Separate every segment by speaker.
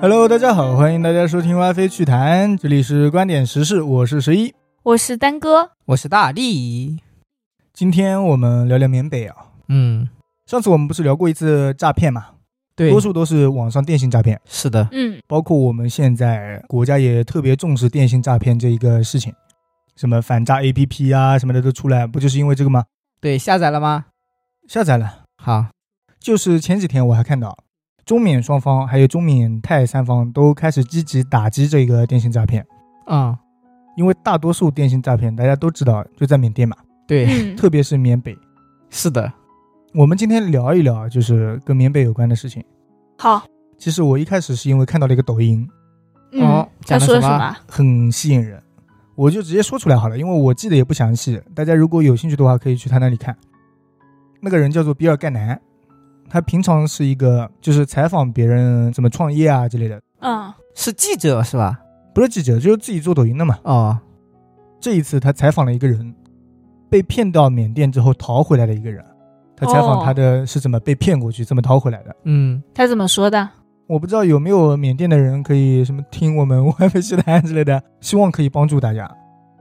Speaker 1: Hello，大家好，欢迎大家收听歪飞趣谈，这里是观点时事，我是十一。
Speaker 2: 我是丹哥，
Speaker 3: 我是大力。
Speaker 1: 今天我们聊聊缅北啊，
Speaker 3: 嗯，
Speaker 1: 上次我们不是聊过一次诈骗嘛，
Speaker 3: 对，
Speaker 1: 多数都是网上电信诈骗，
Speaker 3: 是的，
Speaker 2: 嗯，
Speaker 1: 包括我们现在国家也特别重视电信诈骗这一个事情，什么反诈 APP 啊什么的都出来，不就是因为这个吗？
Speaker 3: 对，下载了吗？
Speaker 1: 下载了，
Speaker 3: 好，
Speaker 1: 就是前几天我还看到中缅双方还有中缅泰三方都开始积极打击这个电信诈骗，
Speaker 3: 嗯，
Speaker 1: 因为大多数电信诈骗大家都知道就在缅甸嘛，
Speaker 3: 对，
Speaker 2: 嗯
Speaker 1: 特别是缅北。
Speaker 3: 是的，
Speaker 1: 我们今天聊一聊就是跟缅北有关的事情。
Speaker 2: 好，
Speaker 1: 其实我一开始是因为看到了一个抖音，
Speaker 2: 嗯
Speaker 3: 哦，
Speaker 2: 他
Speaker 3: 讲了
Speaker 2: 说
Speaker 3: 什么
Speaker 2: 什么？
Speaker 1: 很吸引人，我就直接说出来好了，因为我记得也不详细，大家如果有兴趣的话，可以去他那里看。那个人叫做比尔盖南，他平常是一个就是采访别人怎么创业啊之类的，
Speaker 2: 嗯
Speaker 3: 是记者是吧？
Speaker 1: 不是记者，就是自己做抖音的嘛。
Speaker 3: 哦，
Speaker 1: 这一次他采访了一个人，被骗到缅甸之后逃回来的一个人，他采访
Speaker 2: 哦
Speaker 1: 他的是怎么被骗过去，怎么逃回来的。
Speaker 3: 嗯，
Speaker 2: 他怎么说的？
Speaker 1: 我不知道有没有缅甸的人可以什么听我们 WiFi 西谈之类的，希望可以帮助大家，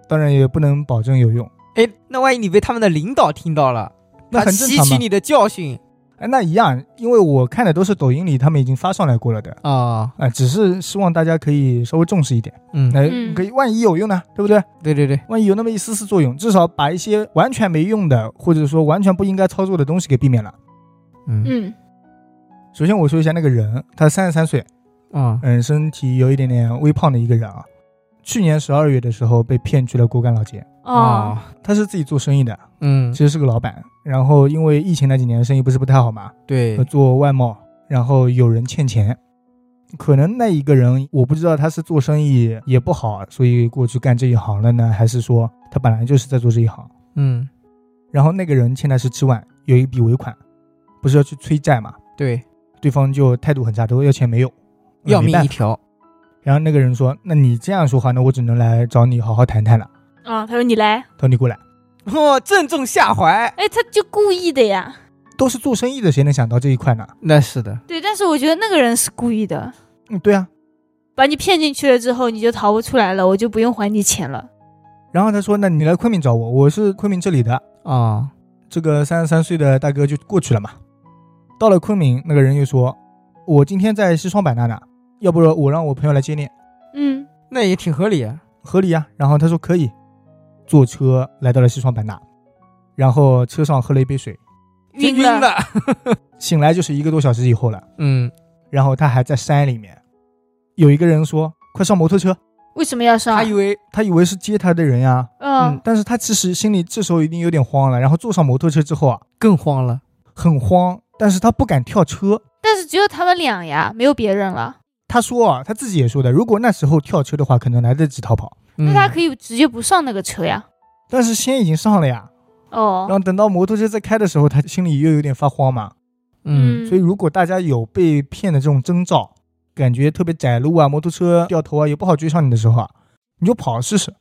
Speaker 1: 当然也不能保证有用，
Speaker 3: 哎，那万一你被他们的领导听到了，
Speaker 1: 那
Speaker 3: 他
Speaker 1: 很正
Speaker 3: 吸
Speaker 1: 常嘛
Speaker 3: 取。你的教训
Speaker 1: 哎，那一样，因为我看的都是抖音里他们已经发上来过了的啊、
Speaker 3: 啊、哦，
Speaker 1: 只是希望大家可以稍微重视一点，
Speaker 3: 嗯，
Speaker 1: 那、
Speaker 2: 嗯
Speaker 1: 可以万一有用呢，对不对？
Speaker 3: 对对对，
Speaker 1: 万一有那么一丝丝作用，至少把一些完全没用的或者说完全不应该操作的东西给避免了。
Speaker 3: 嗯，
Speaker 2: 嗯
Speaker 1: 首先我说一下那个人，他三十三岁，
Speaker 3: 啊、
Speaker 1: 嗯，身体有一点点微胖的一个人啊，去年十二月的时候被骗去了果敢老街。
Speaker 2: 哦，
Speaker 1: 他是自己做生意的，
Speaker 3: 嗯
Speaker 1: 其，实是个老板。然后因为疫情那几年生意不是不太好嘛，
Speaker 3: 对
Speaker 1: 呃，做外贸，然后有人欠钱，可能那一个人我不知道他是做生意也不好，所以过去干这一行了呢，还是说他本来就是在做这一行？
Speaker 3: 嗯，
Speaker 1: 然后那个人欠他十七万，有一笔尾款，不是要去催债嘛？
Speaker 3: 对，
Speaker 1: 对方就态度很差，都要钱没有，呃
Speaker 3: 要
Speaker 1: 没
Speaker 3: 命
Speaker 1: 办
Speaker 3: 一
Speaker 1: 法。
Speaker 3: 条，
Speaker 1: 然后那个人说：“那你这样说话，那我只能来找你好好谈谈了。
Speaker 2: 啊，他说你来，”
Speaker 1: 他说：“你过来，
Speaker 3: 哦，正中下怀，
Speaker 2: 哎，他就故意的呀。
Speaker 1: 都是做生意的，谁能想到这一块呢？”
Speaker 3: 那是的，
Speaker 2: 对，但是我觉得那个人是故意的，
Speaker 1: 嗯，对啊，
Speaker 2: 把你骗进去了之后，你就逃不出来了，我就不用还你钱了。
Speaker 1: 然后他说：“那你来昆明找我，我是昆明这里的。
Speaker 3: 啊、”
Speaker 1: 这个三十三岁的大哥就过去了嘛。到了昆明，那个人又说：“我今天在西双版纳呢，要不我让我朋友来接你，
Speaker 2: 嗯
Speaker 3: 那也挺合理啊，
Speaker 1: 合理啊。”然后他说：“可以。”坐车来到了西双版纳，然后车上喝了一杯水，
Speaker 3: 这
Speaker 2: 晕
Speaker 3: 晕
Speaker 2: 了
Speaker 3: 了，
Speaker 1: 醒来就是一个多小时以后了。
Speaker 3: 嗯，
Speaker 1: 然后他还在山里面，有一个人说：“快上摩托车
Speaker 2: 为什么要上
Speaker 3: 他？以为，！”
Speaker 1: 他以为是接他的人呀、
Speaker 2: 嗯，
Speaker 1: 但是他其实心里这时候已经有点慌了。然后坐上摩托车之后啊，
Speaker 3: 更慌了，
Speaker 1: 很慌，但是他不敢跳车。
Speaker 2: 但是只有他们俩呀，没有别人了。
Speaker 1: 他说啊，他自己也说的，如果那时候跳车的话，可能来得及逃跑。
Speaker 2: 那他
Speaker 3: 以，
Speaker 2: 可以直接不上那个车呀。
Speaker 1: 但是先已经上了呀，然
Speaker 2: 哦，
Speaker 1: 后等到摩托车再开的时候，他心里又有点发慌嘛。
Speaker 3: 嗯，
Speaker 1: 所以如果大家有被骗的这种征兆，感觉特别窄路啊，摩托车掉头啊，也不好追上你的时候啊，你就跑试试。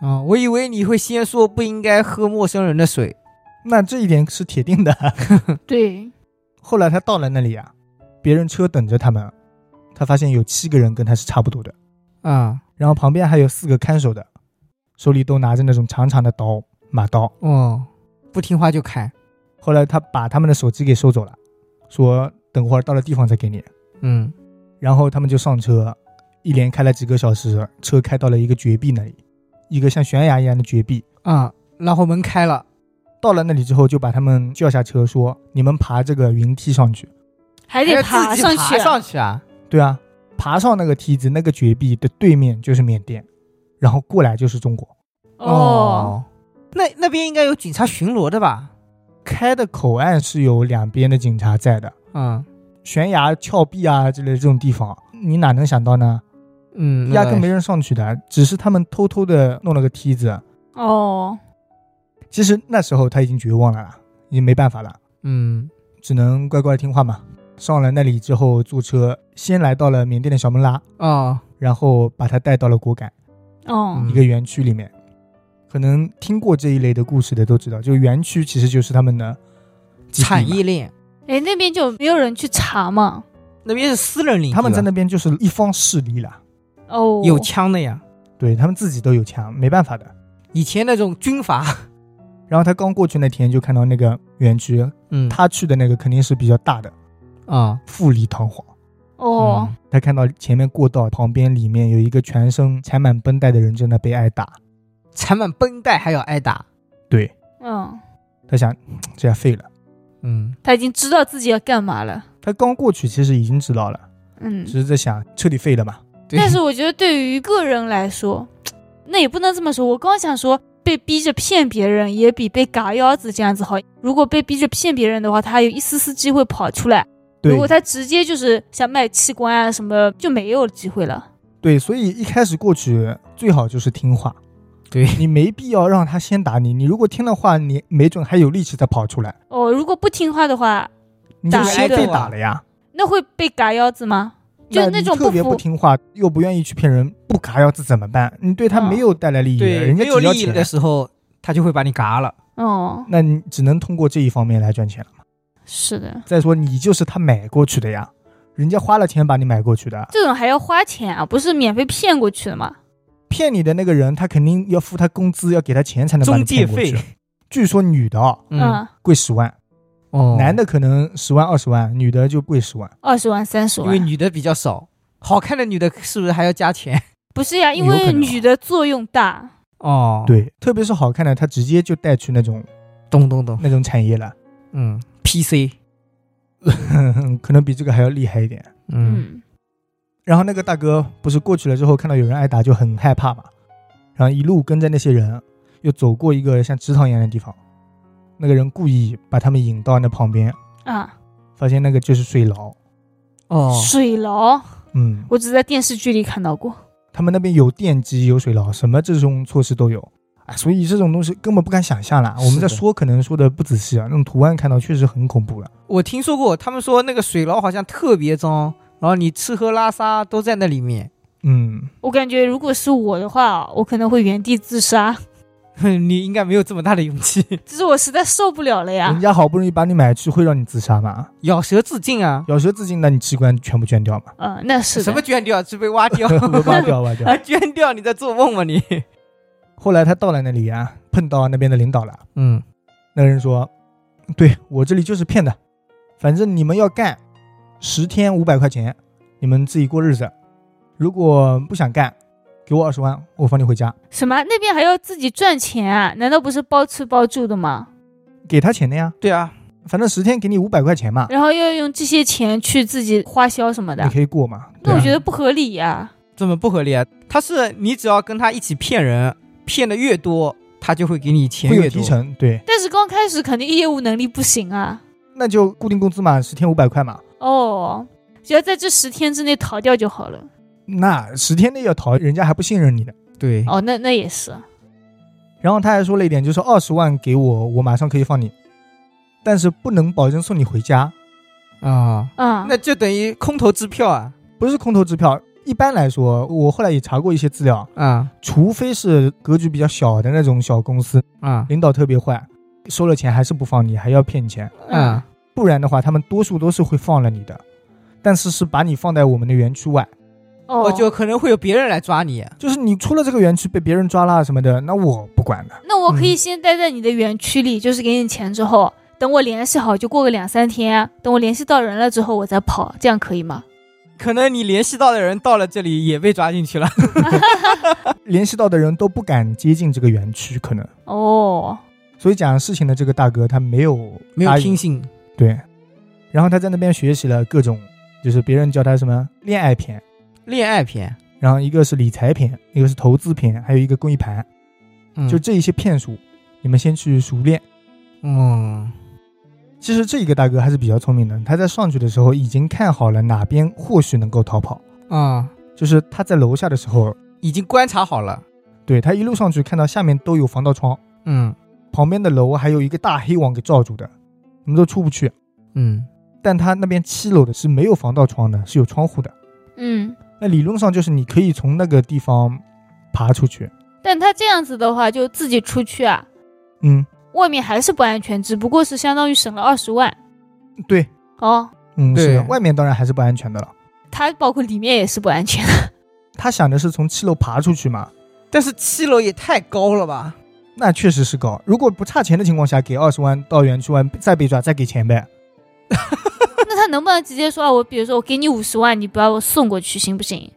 Speaker 3: 啊、我以为你会先说不应该喝陌生人的水，
Speaker 1: 那这一点是铁定的。
Speaker 2: 对，
Speaker 1: 后来他到了那里啊，别人车等着他们，啊他发现有七个人跟他是差不多的，
Speaker 3: 啊，
Speaker 1: 然后旁边还有四个看守的，手里都拿着那种长长的刀，马刀。
Speaker 3: 哦，不听话就砍，
Speaker 1: 后来他把他们的手机给收走了，说等会儿到了地方再给你。
Speaker 3: 嗯，
Speaker 1: 然后他们就上车，一连开了几个小时，车开到了一个绝壁那里，一个像悬崖一样的绝壁。
Speaker 3: 啊，然后门开了，
Speaker 1: 到了那里之后，就把他们叫下车，说：“你们爬这个云梯上去。
Speaker 2: 还
Speaker 3: 还
Speaker 2: 得
Speaker 3: 要哎自己
Speaker 2: 上
Speaker 3: 爬
Speaker 2: 去。
Speaker 3: 上去啊，”
Speaker 1: 对啊，爬上那个梯子，那个绝壁的对面就是缅甸，然后过来就是中国。
Speaker 2: 哦，，
Speaker 3: 那那边应该有警察巡逻的吧？
Speaker 1: 开的口岸是有两边的警察在的，
Speaker 3: 嗯
Speaker 1: 悬崖、峭壁啊之类的这种地方，你哪能想到呢？
Speaker 3: 嗯，
Speaker 1: 压根没
Speaker 3: 那倒也是
Speaker 1: 人上去的，只是他们偷偷的弄了个梯子。
Speaker 2: 哦，
Speaker 1: 其实那时候他已经绝望了啦，已经没办法了，
Speaker 3: 嗯
Speaker 1: 只能乖乖听话嘛。上了那里之后，坐车先来到了缅甸的小孟拉，
Speaker 3: 哦，
Speaker 1: 然后把他带到了果敢
Speaker 2: 哦，
Speaker 3: 嗯
Speaker 1: 一个园区里面。可能听过这一类的故事的都知道，就园区其实就是他们的基地嘛
Speaker 3: 产业链，
Speaker 2: 哎，那边就没有人去查嘛？
Speaker 3: 那边是私人领地吧，啊
Speaker 1: 他们在那边就是一方势力啦，
Speaker 2: 哦，
Speaker 3: 有枪的呀。
Speaker 1: 对他们自己都有枪，没办法的。
Speaker 3: 以前那种军阀，
Speaker 1: 然后他刚过去那天就看到那个园区，
Speaker 3: 嗯，
Speaker 1: 他去的那个肯定是比较大的
Speaker 3: 啊，
Speaker 1: 富丽堂皇。
Speaker 2: 哦，
Speaker 3: 嗯
Speaker 1: 他看到前面过道旁边里面有一个全身缠满绷带的人正在被挨打，
Speaker 3: 缠满绷带还要挨打，
Speaker 1: 对
Speaker 2: 嗯，
Speaker 1: 他想这下废了。
Speaker 3: 嗯，
Speaker 2: 他已经知道自己要干嘛了，
Speaker 1: 他刚过去其实已经知道了，
Speaker 2: 嗯
Speaker 1: 只。是在想彻底废了嘛。
Speaker 3: 对
Speaker 2: 但是我觉得对于个人来说，那也不能这么说。我刚想说，被逼着骗别人也比被嘎腰子这样子好。如果被逼着骗别人的话，他还有一丝丝机会跑出来。
Speaker 1: 对
Speaker 2: 如果他直接就是想卖器官啊什么，就没有机会了。
Speaker 1: 对，所以一开始过去最好就是听话，
Speaker 3: 对
Speaker 1: 你没必要让他先打你。你如果听了话，你没准还有力气再跑出来，
Speaker 2: 哦，如果不听话的话，
Speaker 1: 你就
Speaker 2: 打
Speaker 1: 先
Speaker 2: 了
Speaker 1: 被
Speaker 2: 的
Speaker 1: 打了呀。
Speaker 2: 那会被嘎腰子吗？就
Speaker 1: 你
Speaker 2: 那种
Speaker 1: 特别
Speaker 2: 不
Speaker 1: 不
Speaker 2: 服
Speaker 1: 听话又不愿意去骗人，不嘎腰子怎么办？你 对他
Speaker 2: 嗯
Speaker 1: 没有带来利益的，
Speaker 3: 对，
Speaker 1: 人家
Speaker 3: 没有
Speaker 1: 只
Speaker 3: 利
Speaker 1: 要
Speaker 3: 益的
Speaker 1: 钱，
Speaker 3: 时候，他就会把你嘎了。
Speaker 2: 哦，
Speaker 1: 那你只能通过这一方面来赚钱了。
Speaker 2: 是的，
Speaker 1: 再说你就是他买过去的呀，人家花了钱把你买过去的，
Speaker 2: 这种还要花钱啊，不是免费骗过去的吗？
Speaker 1: 骗你的那个人他肯定要付他工资，要给他钱才能把你
Speaker 3: 中介
Speaker 1: 骗过
Speaker 3: 费
Speaker 1: 去。，据说女的啊
Speaker 3: 嗯，
Speaker 1: 贵十万，
Speaker 3: 哦，
Speaker 1: 男的可能十万二十万，女的就贵十万。
Speaker 2: 二十万、三十
Speaker 3: 因为
Speaker 2: 万，
Speaker 3: 女的比较少，好看的女的是不是还要加钱？
Speaker 2: 不是呀，因
Speaker 1: 有可
Speaker 2: 为
Speaker 1: 能
Speaker 2: 女的作用大。
Speaker 3: 哦，，
Speaker 1: 对，特别是好看的，他直接就带去那种
Speaker 3: 懂懂懂，
Speaker 1: 那种产业了，
Speaker 3: 嗯，PC，
Speaker 1: 可能比这个还要厉害一点。
Speaker 3: 嗯，
Speaker 2: 嗯，
Speaker 1: 然后那个大哥不是过去了之后看到有人挨打就很害怕嘛，然后一路跟着那些人，又走过一个像池塘一样的地方，那个人故意把他们引到那旁边，
Speaker 2: 啊，
Speaker 1: 发现那个就是水牢。
Speaker 3: 哦，
Speaker 2: 水牢，
Speaker 1: 嗯，
Speaker 2: 我只在电视剧里看到过。
Speaker 1: 他们那边有电击，有水牢，什么这种措施都有。啊，所以这种东西根本不敢想象啦。我们
Speaker 3: 是
Speaker 1: 在
Speaker 3: 的
Speaker 1: 说可能说的不仔细啊，那种图案看到确实很恐怖了。
Speaker 3: 我听说过，他们说那个水牢好像特别脏，然后你吃喝拉撒都在那里面，
Speaker 1: 嗯，
Speaker 2: 我感觉如果是我的话，我可能会原地自杀。
Speaker 3: 你应该没有这么大的勇气，
Speaker 2: 就是我实在受不了
Speaker 1: 嗯
Speaker 2: 了
Speaker 1: 人
Speaker 2: 呀。
Speaker 1: 家好不容易把你买去，会让你自杀吗？
Speaker 3: 咬舌自尽啊，
Speaker 1: 咬舌自尽，那你器官全部捐掉 嘛？
Speaker 2: 嗯、那是的
Speaker 3: 什么捐掉？是被挖掉？
Speaker 1: 挖掉，挖掉。
Speaker 3: 啊，捐掉？你在做梦吗你？
Speaker 1: 后来他到了那里啊，碰到那边的领导了。
Speaker 3: 嗯，
Speaker 1: 那个人说：“对我这里就是骗的，反正你们要干，十天五百块钱，你们自己过日子。如果不想干，给我二十万，我放你回家。
Speaker 2: 什么那边还要自己赚钱啊？难道不是包吃包住的吗？
Speaker 1: 给他钱的呀，
Speaker 3: 对啊，
Speaker 1: 反正十天给你五百块钱嘛，
Speaker 2: 然后要用这些钱去自己花销什么的
Speaker 1: 你，可以过嘛。
Speaker 2: 那
Speaker 1: 啊对
Speaker 2: 我
Speaker 1: 啊
Speaker 2: 觉得不合理呀、
Speaker 3: 怎么不合理啊？他是你只要跟他一起骗人，骗的越多，他就会给你钱
Speaker 1: 会有
Speaker 3: 越
Speaker 1: 提
Speaker 3: 多。
Speaker 1: 成，对，
Speaker 2: 但是刚开始肯定业务能力不行啊。
Speaker 1: 那就固定工资嘛，十天五百块嘛。
Speaker 2: 哦，只要在这十天之内逃掉就好了。
Speaker 1: 那十天内要逃，人家还不信任你呢。
Speaker 3: 对，
Speaker 1: 哎
Speaker 2: 哦，那那也是。
Speaker 1: 然后他还说了一点，就是二十万给我，我马上可以放你，但是不能保证送你回家，
Speaker 3: 啊，
Speaker 2: 嗯，
Speaker 3: 那就等于空头支票啊
Speaker 1: 不是空头支票。一般来说，我后来也查过一些资料，
Speaker 3: 啊
Speaker 1: 除非是格局比较小的那种小公司，
Speaker 3: 啊
Speaker 1: 领导特别坏，收了钱还是不放你，还要骗钱，
Speaker 3: 啊！
Speaker 1: 不然的话，他们多数都是会放了你的，但是是把你放在我们的园区外，
Speaker 2: 哦
Speaker 3: 哦，，就可能会有别人来抓你。
Speaker 1: 就是你出了这个园区被别人抓啦什么的，那我不管的。
Speaker 2: 那我可以先待在你的园区里，就是给你钱之后，等我联系好就过个两三天，等我联系到人了之后我再跑，这样可以吗？
Speaker 3: 可能你联系到的人到了这里也被抓进去了。
Speaker 1: 联系到的人都不敢接近这个园区，可能。
Speaker 2: 哦，
Speaker 1: 所以讲事情的这个大哥他没有
Speaker 3: 没有
Speaker 1: 答应
Speaker 3: 听信，
Speaker 1: 对，然后他在那边学习了各种，就是别人教他什么恋爱篇，
Speaker 3: 恋爱篇，
Speaker 1: 然后一个是理财篇，一个是投资篇，还有一个公益盘，
Speaker 3: 嗯
Speaker 1: 就这一些骗术，你们先去熟练。
Speaker 3: 嗯
Speaker 1: 其实这一个大哥还是比较聪明的，他在上去的时候已经看好了哪边或许能够逃跑，
Speaker 3: 啊，
Speaker 1: 就是他在楼下的时候，
Speaker 3: 已经观察好了。
Speaker 1: 对他一路上去看到下面都有防盗窗，
Speaker 3: 嗯
Speaker 1: 旁边的楼还有一个大黑网给罩住的，你们都出不去。
Speaker 3: 嗯，
Speaker 1: 但他那边七楼的是没有防盗窗的，是有窗户的。
Speaker 2: 嗯，
Speaker 1: 那理论上就是你可以从那个地方爬出去，
Speaker 2: 但他这样子的话，就自己出去啊，
Speaker 1: 嗯，
Speaker 2: 外面还是不安全，只不过是相当于省了二十万。
Speaker 1: 对，
Speaker 2: 哦，
Speaker 1: 嗯，
Speaker 3: 对
Speaker 1: 是的，外面当然还是不安全的了。
Speaker 2: 它包括里面也是不安全的。
Speaker 1: 他想的是从七楼爬出去嘛，
Speaker 3: 但是七楼也太高了吧？
Speaker 1: 那确实是高。如果不差钱的情况下，给二十万到园区外再被抓，再给钱呗。
Speaker 2: 那他能不能直接说啊？我比如说我给你五十万，你把我送过去，行不行？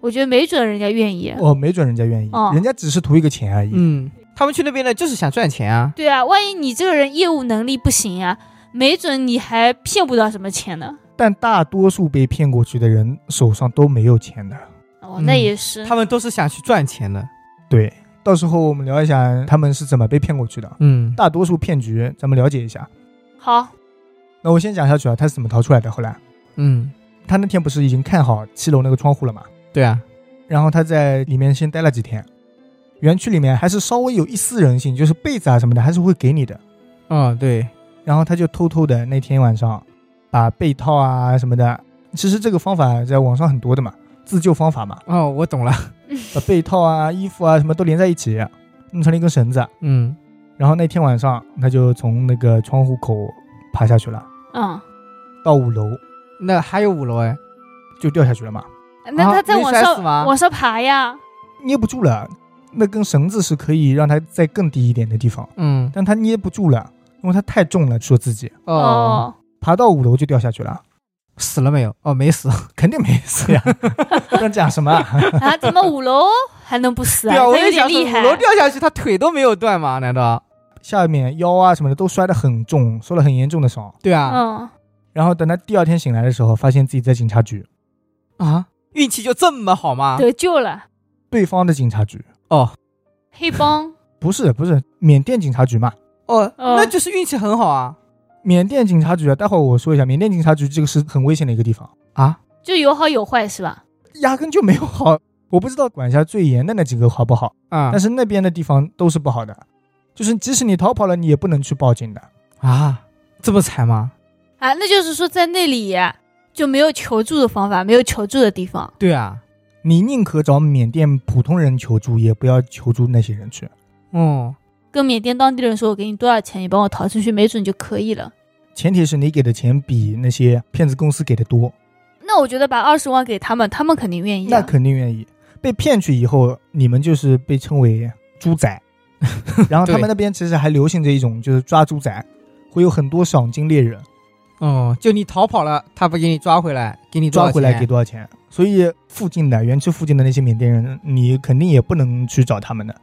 Speaker 2: 我觉得没准人家愿意。啊
Speaker 1: 哦，没准人家愿意，
Speaker 2: 哦
Speaker 1: 人家只是图一个钱而已。
Speaker 3: 嗯，他们去那边呢，就是想赚钱啊。
Speaker 2: 对啊，万一你这个人业务能力不行啊，没准你还骗不到什么钱呢。
Speaker 1: 但大多数被骗过去的人手上都没有钱的。
Speaker 2: 哦，
Speaker 3: 嗯
Speaker 2: 那也是。
Speaker 3: 他们都是想去赚钱的。
Speaker 1: 对，到时候我们聊一下他们是怎么被骗过去的。
Speaker 3: 嗯，
Speaker 1: 大多数骗局，咱们了解一下。
Speaker 2: 好，
Speaker 1: 那我先讲下去啊，他是怎么逃出来的？后来
Speaker 3: 嗯，
Speaker 1: 他那天不是已经看好七楼那个窗户了嘛？
Speaker 3: 对啊，
Speaker 1: 然后他在里面先待了几天，园区里面还是稍微有一丝人性，就是被子啊什么的还是会给你的。
Speaker 3: 嗯，对，
Speaker 1: 然后他就偷偷的那天晚上把被套啊什么的，其实这个方法在网上很多的嘛，自救方法嘛，
Speaker 3: 哦，我懂了。
Speaker 1: 把被套啊、衣服啊什么都连在一起，弄成了一根绳子。
Speaker 3: 嗯，
Speaker 1: 然后那天晚上他就从那个窗户口爬下去了，
Speaker 2: 嗯，
Speaker 3: 啊
Speaker 1: 到五楼
Speaker 3: 那还有五楼哎，
Speaker 1: 就掉下去了嘛，
Speaker 2: 那
Speaker 3: 啊
Speaker 2: 他再
Speaker 3: 没
Speaker 2: 往
Speaker 3: 摔
Speaker 2: 上、
Speaker 3: 死吗
Speaker 2: 往上爬呀。
Speaker 1: 捏不住了。那根绳子是可以让他在更低一点的地方，
Speaker 3: 嗯，
Speaker 1: 但他捏不住了，因为他太重了，说自己。
Speaker 3: 哦，，
Speaker 1: 爬到五楼就掉下去了，
Speaker 3: 死了没有？哦，没死。
Speaker 1: 肯定没死 呀！不能讲什么啊，
Speaker 2: 啊，怎么五楼还能不死啊？
Speaker 3: 对啊，我
Speaker 2: 他有
Speaker 3: 就
Speaker 2: 点
Speaker 3: 想
Speaker 2: 厉
Speaker 3: 说
Speaker 2: 害
Speaker 3: 五。楼掉下去，他腿都没有断嘛？难道？
Speaker 1: 下面腰啊什么的都摔得很重，受了很严重的伤。
Speaker 3: 对啊，
Speaker 2: 嗯，
Speaker 1: 然后等他第二天醒来的时候，发现自己在警察局，
Speaker 2: 嗯
Speaker 3: 啊，运气就这么好吗？
Speaker 2: 得救了，
Speaker 1: 对方的警察局，
Speaker 3: 哦
Speaker 2: 黑帮。
Speaker 1: 不是不是缅甸警察局嘛？
Speaker 3: 哦，
Speaker 2: 哦
Speaker 3: 那就是运气很好啊
Speaker 1: 缅甸警察局啊，待会儿我说一下，缅甸警察局这个是很危险的一个地方，
Speaker 3: 啊！
Speaker 2: 就有好有坏是吧？
Speaker 1: 压根就没有好。我不知道管辖最严的那几个好不好，
Speaker 3: 啊
Speaker 1: 但是那边的地方都是不好的，就是即使你逃跑了，你也不能去报警的。
Speaker 3: 啊，这么惨吗？
Speaker 2: 啊，那就是说在那里就没有求助的方法，没有求助的地方。
Speaker 3: 对啊，
Speaker 1: 你宁可找缅甸普通人求助，也不要求助那些人去。
Speaker 3: 哦，
Speaker 2: 跟缅甸当地人说，我给你多少钱，你帮我逃出去，没准就可以了。
Speaker 1: 前提是你给的钱比那些骗子公司给的多，
Speaker 2: 那我觉得把二十万给他们，他们肯定愿意、
Speaker 1: 那
Speaker 2: 啊。
Speaker 1: 肯定愿意。被骗去以后，你们就是被称为猪仔。 然后他们那边其实还流行着一种，就是抓猪仔，会有很多赏金猎人
Speaker 3: 哦，就你逃跑了，他不给你抓回来，给你多少
Speaker 1: 抓回来
Speaker 3: 钱
Speaker 1: 给多少钱。所以附近的园区附近的那些缅甸人，你肯定也不能去找他们的，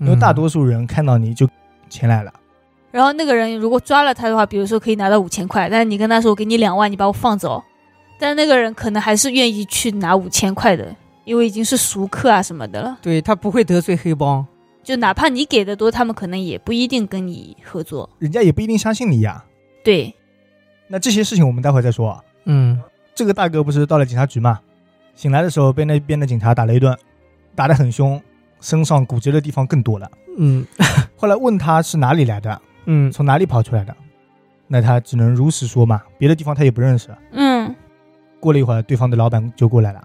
Speaker 1: 因为
Speaker 3: 嗯
Speaker 1: 大多数人看到你就钱来了。
Speaker 2: 然后那个人如果抓了他的话，比如说可以拿到五千块，但是你跟他说我给你两万，你把我放走，但那个人可能还是愿意去拿五千块的，因为已经是熟客啊什么的了。
Speaker 3: 对他不会得罪黑帮。
Speaker 2: 就哪怕你给的多，他们可能也不一定跟你合作。
Speaker 1: 人家也不一定相信你呀。
Speaker 2: 对，
Speaker 1: 那这些事情我们待会儿再说啊。
Speaker 3: 嗯，
Speaker 1: 这个大哥不是到了警察局嘛，醒来的时候被那边的警察打了一顿，打得很凶，身上骨折的地方更多了。
Speaker 3: 嗯
Speaker 1: 后来问他是哪里来的，
Speaker 3: 嗯
Speaker 1: 从哪里跑出来的，那他只能如实说嘛，别的地方他也不认识。
Speaker 2: 嗯，
Speaker 1: 过了一会儿，对方的老板就过来了，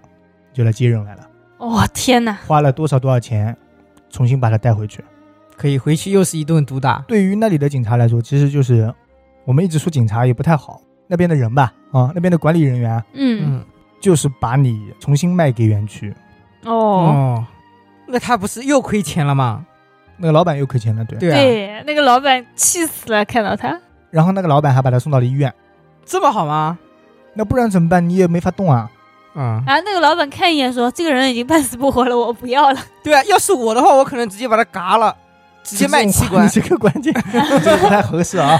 Speaker 1: 就来接人来了，
Speaker 2: 哦天哪，
Speaker 1: 花了多少多少钱，重新把他带回去。
Speaker 3: 可以回去又是一顿毒打。
Speaker 1: 对于那里的警察来说，其实就是我们一直说警察也不太好，那边的人吧，啊，那边的管理人员
Speaker 2: 嗯，
Speaker 1: 就是把你重新卖给园区，
Speaker 2: 哦，
Speaker 3: 哦，那他不是又亏钱了吗？
Speaker 1: 那个老板又亏钱了，对。
Speaker 3: 对啊，
Speaker 2: 对，那个老板气死了，看到他，
Speaker 1: 然后那个老板还把他送到了医院。
Speaker 3: 这么好吗？
Speaker 1: 那不然怎么办？你也没法动啊。
Speaker 3: 嗯，
Speaker 2: 然后那个老板看一眼说，这个人已经半死不活了，我不要了。
Speaker 3: 对啊，要是我的话，我可能直接把他嘎了，直接卖器官
Speaker 1: 你。 这个关 键这个不太合适啊。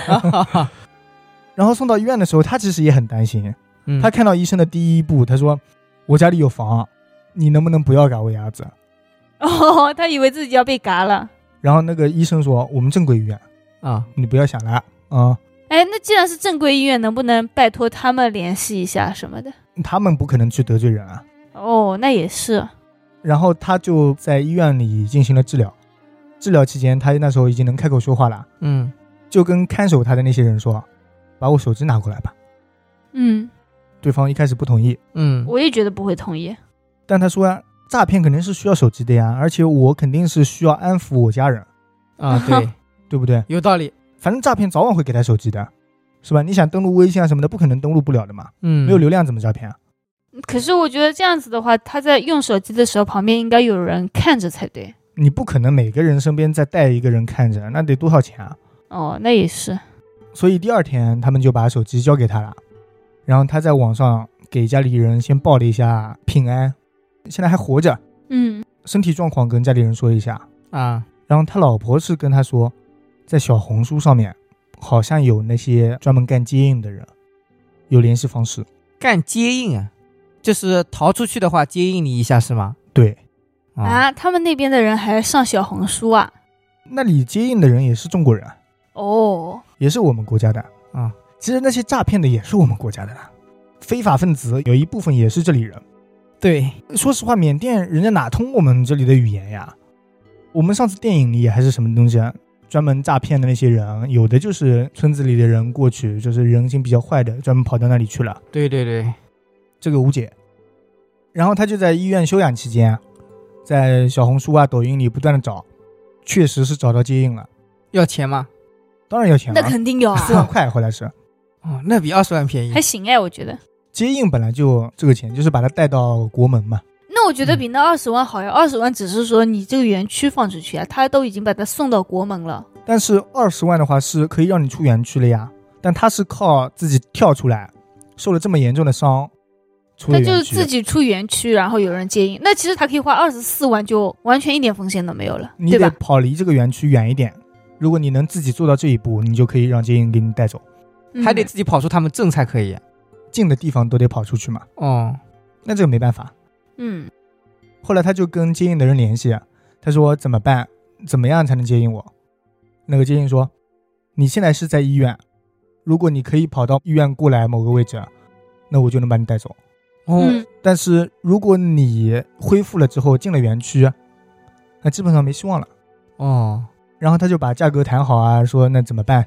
Speaker 1: 然后送到医院的时候，他其实也很担心。
Speaker 3: 嗯
Speaker 1: 他看到医生的第一步，他说：“我家里有房，你能不能不要嘎我牙子
Speaker 2: 哦，他以为自己要被嘎了。？”
Speaker 1: 然后那个医生说：“我们正规医院，
Speaker 3: 啊，
Speaker 1: 你不要想了啊、
Speaker 2: 哎，那既然是正规医院，能不能拜托他们联系一下什么的？
Speaker 1: 他们不可能去得罪人啊。
Speaker 2: 哦，那也是，”
Speaker 1: 然后他就在医院里进行了治疗。治疗期间，他那时候已经能开口说话了，
Speaker 3: 嗯，
Speaker 1: 就跟看守他的那些人说：“把我手机拿过来吧。”
Speaker 2: 嗯，
Speaker 1: 对方一开始不同意，
Speaker 3: 嗯，
Speaker 2: 我也觉得不会同意。
Speaker 1: 但他说呀，诈骗肯定是需要手机的呀，而且我肯定是需要安抚我家人，
Speaker 3: 啊，对，
Speaker 1: 对不对？
Speaker 3: 有道理。
Speaker 1: 反正诈骗早晚会给他手机的，是吧？你想登录微信啊什么的，不可能登录不了的嘛，
Speaker 3: 嗯，
Speaker 1: 没有流量怎么诈骗啊？
Speaker 2: 可是我觉得这样子的话，他在用手机的时候，旁边应该有人看着才对。
Speaker 1: 你不可能每个人身边再带一个人看着，那得多少钱啊？
Speaker 2: 哦，那也是。
Speaker 1: 所以第二天他们就把手机交给他了，然后他在网上给家里人先报了一下平安，现在还活着，
Speaker 2: 嗯，
Speaker 1: 身体状况跟家里人说一下。
Speaker 3: 啊，
Speaker 1: 然后他老婆是跟他说，在小红书上面好像有那些专门干接应的人，有联系方式。
Speaker 3: 干接应啊，就是逃出去的话接应你一下是吗？
Speaker 1: 对，
Speaker 2: 啊，他们那边的人还上小红书啊？
Speaker 1: 那里接应的人也是中国人啊，
Speaker 2: 哦，
Speaker 1: 也是我们国家的
Speaker 3: 啊。
Speaker 1: 其实那些诈骗的也是我们国家的啦，非法分子有一部分也是这里人。
Speaker 3: 对，
Speaker 1: 说实话，缅甸人家哪通我们这里的语言呀？我们上次电影里还是什么东西啊，专门诈骗的那些人，有的就是村子里的人过去，就是人性比较坏的，专门跑到那里去了，
Speaker 3: 对对对，
Speaker 1: 这个无解。然后他就在医院休养期间啊，在小红书啊、抖音里不断的找，确实是找到接应了，
Speaker 3: 要钱吗？
Speaker 1: 当然要钱
Speaker 2: 那
Speaker 1: 了、
Speaker 2: 肯定有
Speaker 1: 四万
Speaker 2: 啊，
Speaker 1: 块后来是
Speaker 3: 哦，那比二十万便 宜
Speaker 2: 还。行哎，我觉得。
Speaker 1: 接应本来就这个钱，就是把他带到国门嘛。
Speaker 2: 那我觉得比那二十万好呀，二十万只是说你这个园区放出去啊，他都已经把它送到国门了。
Speaker 1: 但是二十万的话是可以让你出园区了呀，但他是靠自己跳出来，受了这么严重的伤，出了
Speaker 2: 那就
Speaker 1: 园
Speaker 2: 是
Speaker 1: 区。
Speaker 2: 自己出园区，然后有人接应。那其实他可以花二十四万，就完全一点风险都没有了，
Speaker 1: 你
Speaker 2: 对
Speaker 1: 得
Speaker 2: 吧？
Speaker 1: 跑离这个园区远一点。如果你能自己做到这一步，你就可以让接应给你带走，
Speaker 2: 嗯
Speaker 3: 还得自己跑出他们镇才可以。啊
Speaker 1: 近的地方都得跑出去嘛。
Speaker 3: 哦，
Speaker 1: 那这个没办法。
Speaker 2: 嗯，
Speaker 1: 后来他就跟接应的人联系，他说怎么办？怎么样才能接应我？那个接应说，你现在是在医院，如果你可以跑到医院过来某个位置，那我就能把你带走。
Speaker 3: 哦，
Speaker 2: 嗯
Speaker 1: 但是如果你恢复了之后进了园区，那基本上没希望了。
Speaker 3: 哦，
Speaker 1: 然后他就把价格谈好啊，说那怎么办？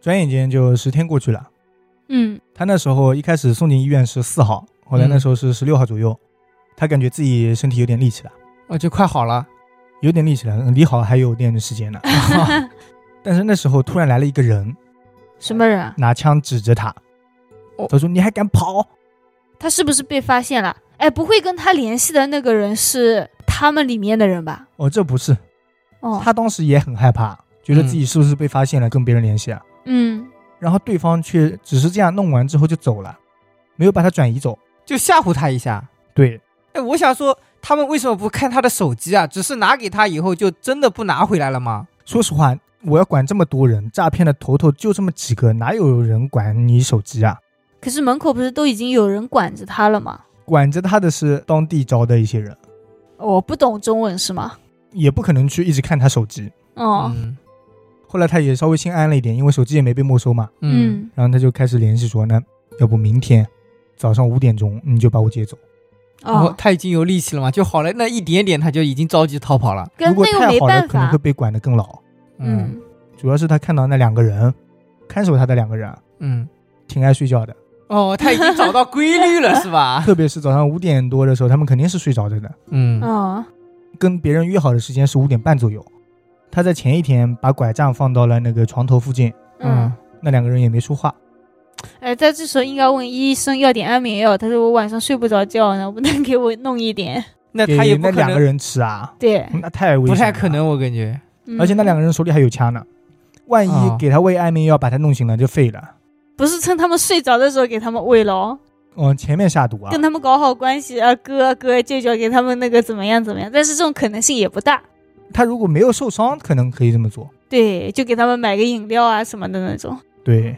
Speaker 1: 转眼间就十天过去了。
Speaker 2: 嗯，
Speaker 1: 他那时候一开始送进医院是四号，后来
Speaker 3: 嗯
Speaker 1: 那时候是十六号左右，他感觉自己身体有点力气了，
Speaker 3: 哦，就快好了。
Speaker 1: 有点力气了，离好还有点时间 呢。但是那时候突然来了一个人，
Speaker 2: 什么人啊？
Speaker 1: 拿枪指着他
Speaker 3: 哦，
Speaker 1: 他说：“你还敢跑
Speaker 2: 他是不是被发现了？哎，不会跟他联系的那个人是他们里面的人吧？？”
Speaker 1: 哦，这不是，
Speaker 2: 哦，
Speaker 1: 他当时也很害怕，觉得自
Speaker 3: 嗯
Speaker 1: 己是不是被发现了，跟别人联系啊。
Speaker 2: 嗯，
Speaker 1: 然后对方却只是这样弄完之后就走了，没有把他转移走。
Speaker 3: 就吓唬他一下。
Speaker 1: 对，
Speaker 3: 哎，我想说，他们为什么不看他的手机啊？只是拿给他以后，就真的不拿回来了吗？
Speaker 1: 说实话，我要管这么多人，诈骗的头头就这么几个，哪有人管你手机啊？
Speaker 2: 可是门口不是都已经有人管着他了吗？
Speaker 1: 管着他的是当地招的一些人，
Speaker 2: 我、不懂中文是吗？
Speaker 1: 也不可能去一直看他手机。
Speaker 2: 哦，
Speaker 3: 嗯
Speaker 1: 后来他也稍微心安了一点，因为手机也没被没收嘛。
Speaker 3: 嗯，
Speaker 1: 然后他就开始联系说，那要不明天早上五点钟你就把我接走。
Speaker 3: 哦
Speaker 1: 嗯
Speaker 2: 哦，，
Speaker 3: 他已经有力气了嘛，就好了那一点点，他就已经着急逃跑了。
Speaker 2: 跟
Speaker 1: 如果
Speaker 2: 那个
Speaker 1: 太
Speaker 2: 没
Speaker 1: 好了，
Speaker 2: 办
Speaker 1: 可能
Speaker 2: 法
Speaker 1: 会。被管得更牢。
Speaker 2: 嗯，
Speaker 1: 主要是他看到那两个人，看守他的两个人
Speaker 3: 嗯，
Speaker 1: 挺爱睡觉的，
Speaker 3: 哦，他已经找到规律了，是 吧？
Speaker 1: 特别是早上五点多的时候，他们肯定是睡着着的。
Speaker 3: 嗯
Speaker 2: 哦，
Speaker 1: 跟别人约好的时间是五点半左右，他在前一天把拐杖放到了那个床头附近，
Speaker 2: 嗯，
Speaker 1: 那两个人也没说话。
Speaker 2: 哎，在这时候应该问医生要点安眠药。他说我晚上睡不着觉呢，能不能给我弄一点？
Speaker 3: 那
Speaker 1: 给
Speaker 3: 他也不
Speaker 1: 那
Speaker 3: 可
Speaker 1: 两个
Speaker 3: 能，哎
Speaker 1: 人吃啊，
Speaker 2: 对，
Speaker 1: 那太危
Speaker 3: 不
Speaker 1: 险，
Speaker 3: 太可。能，我感觉。
Speaker 2: 嗯
Speaker 1: 而且那两个人手里还有枪呢，万一
Speaker 3: 啊
Speaker 1: 给他喂安眠药把他弄醒了就废了。
Speaker 2: 不是趁他们睡着的时候给他们喂了哦，
Speaker 1: 嗯，前面下毒啊
Speaker 2: 跟，他们搞好关系啊，哥哥舅舅给他们那个怎么样怎么样，但是这种可能性也不大。
Speaker 1: 他如果没有受伤，可能可以这么做。
Speaker 2: 对，就给他们买个饮料啊什么的那种。
Speaker 1: 对，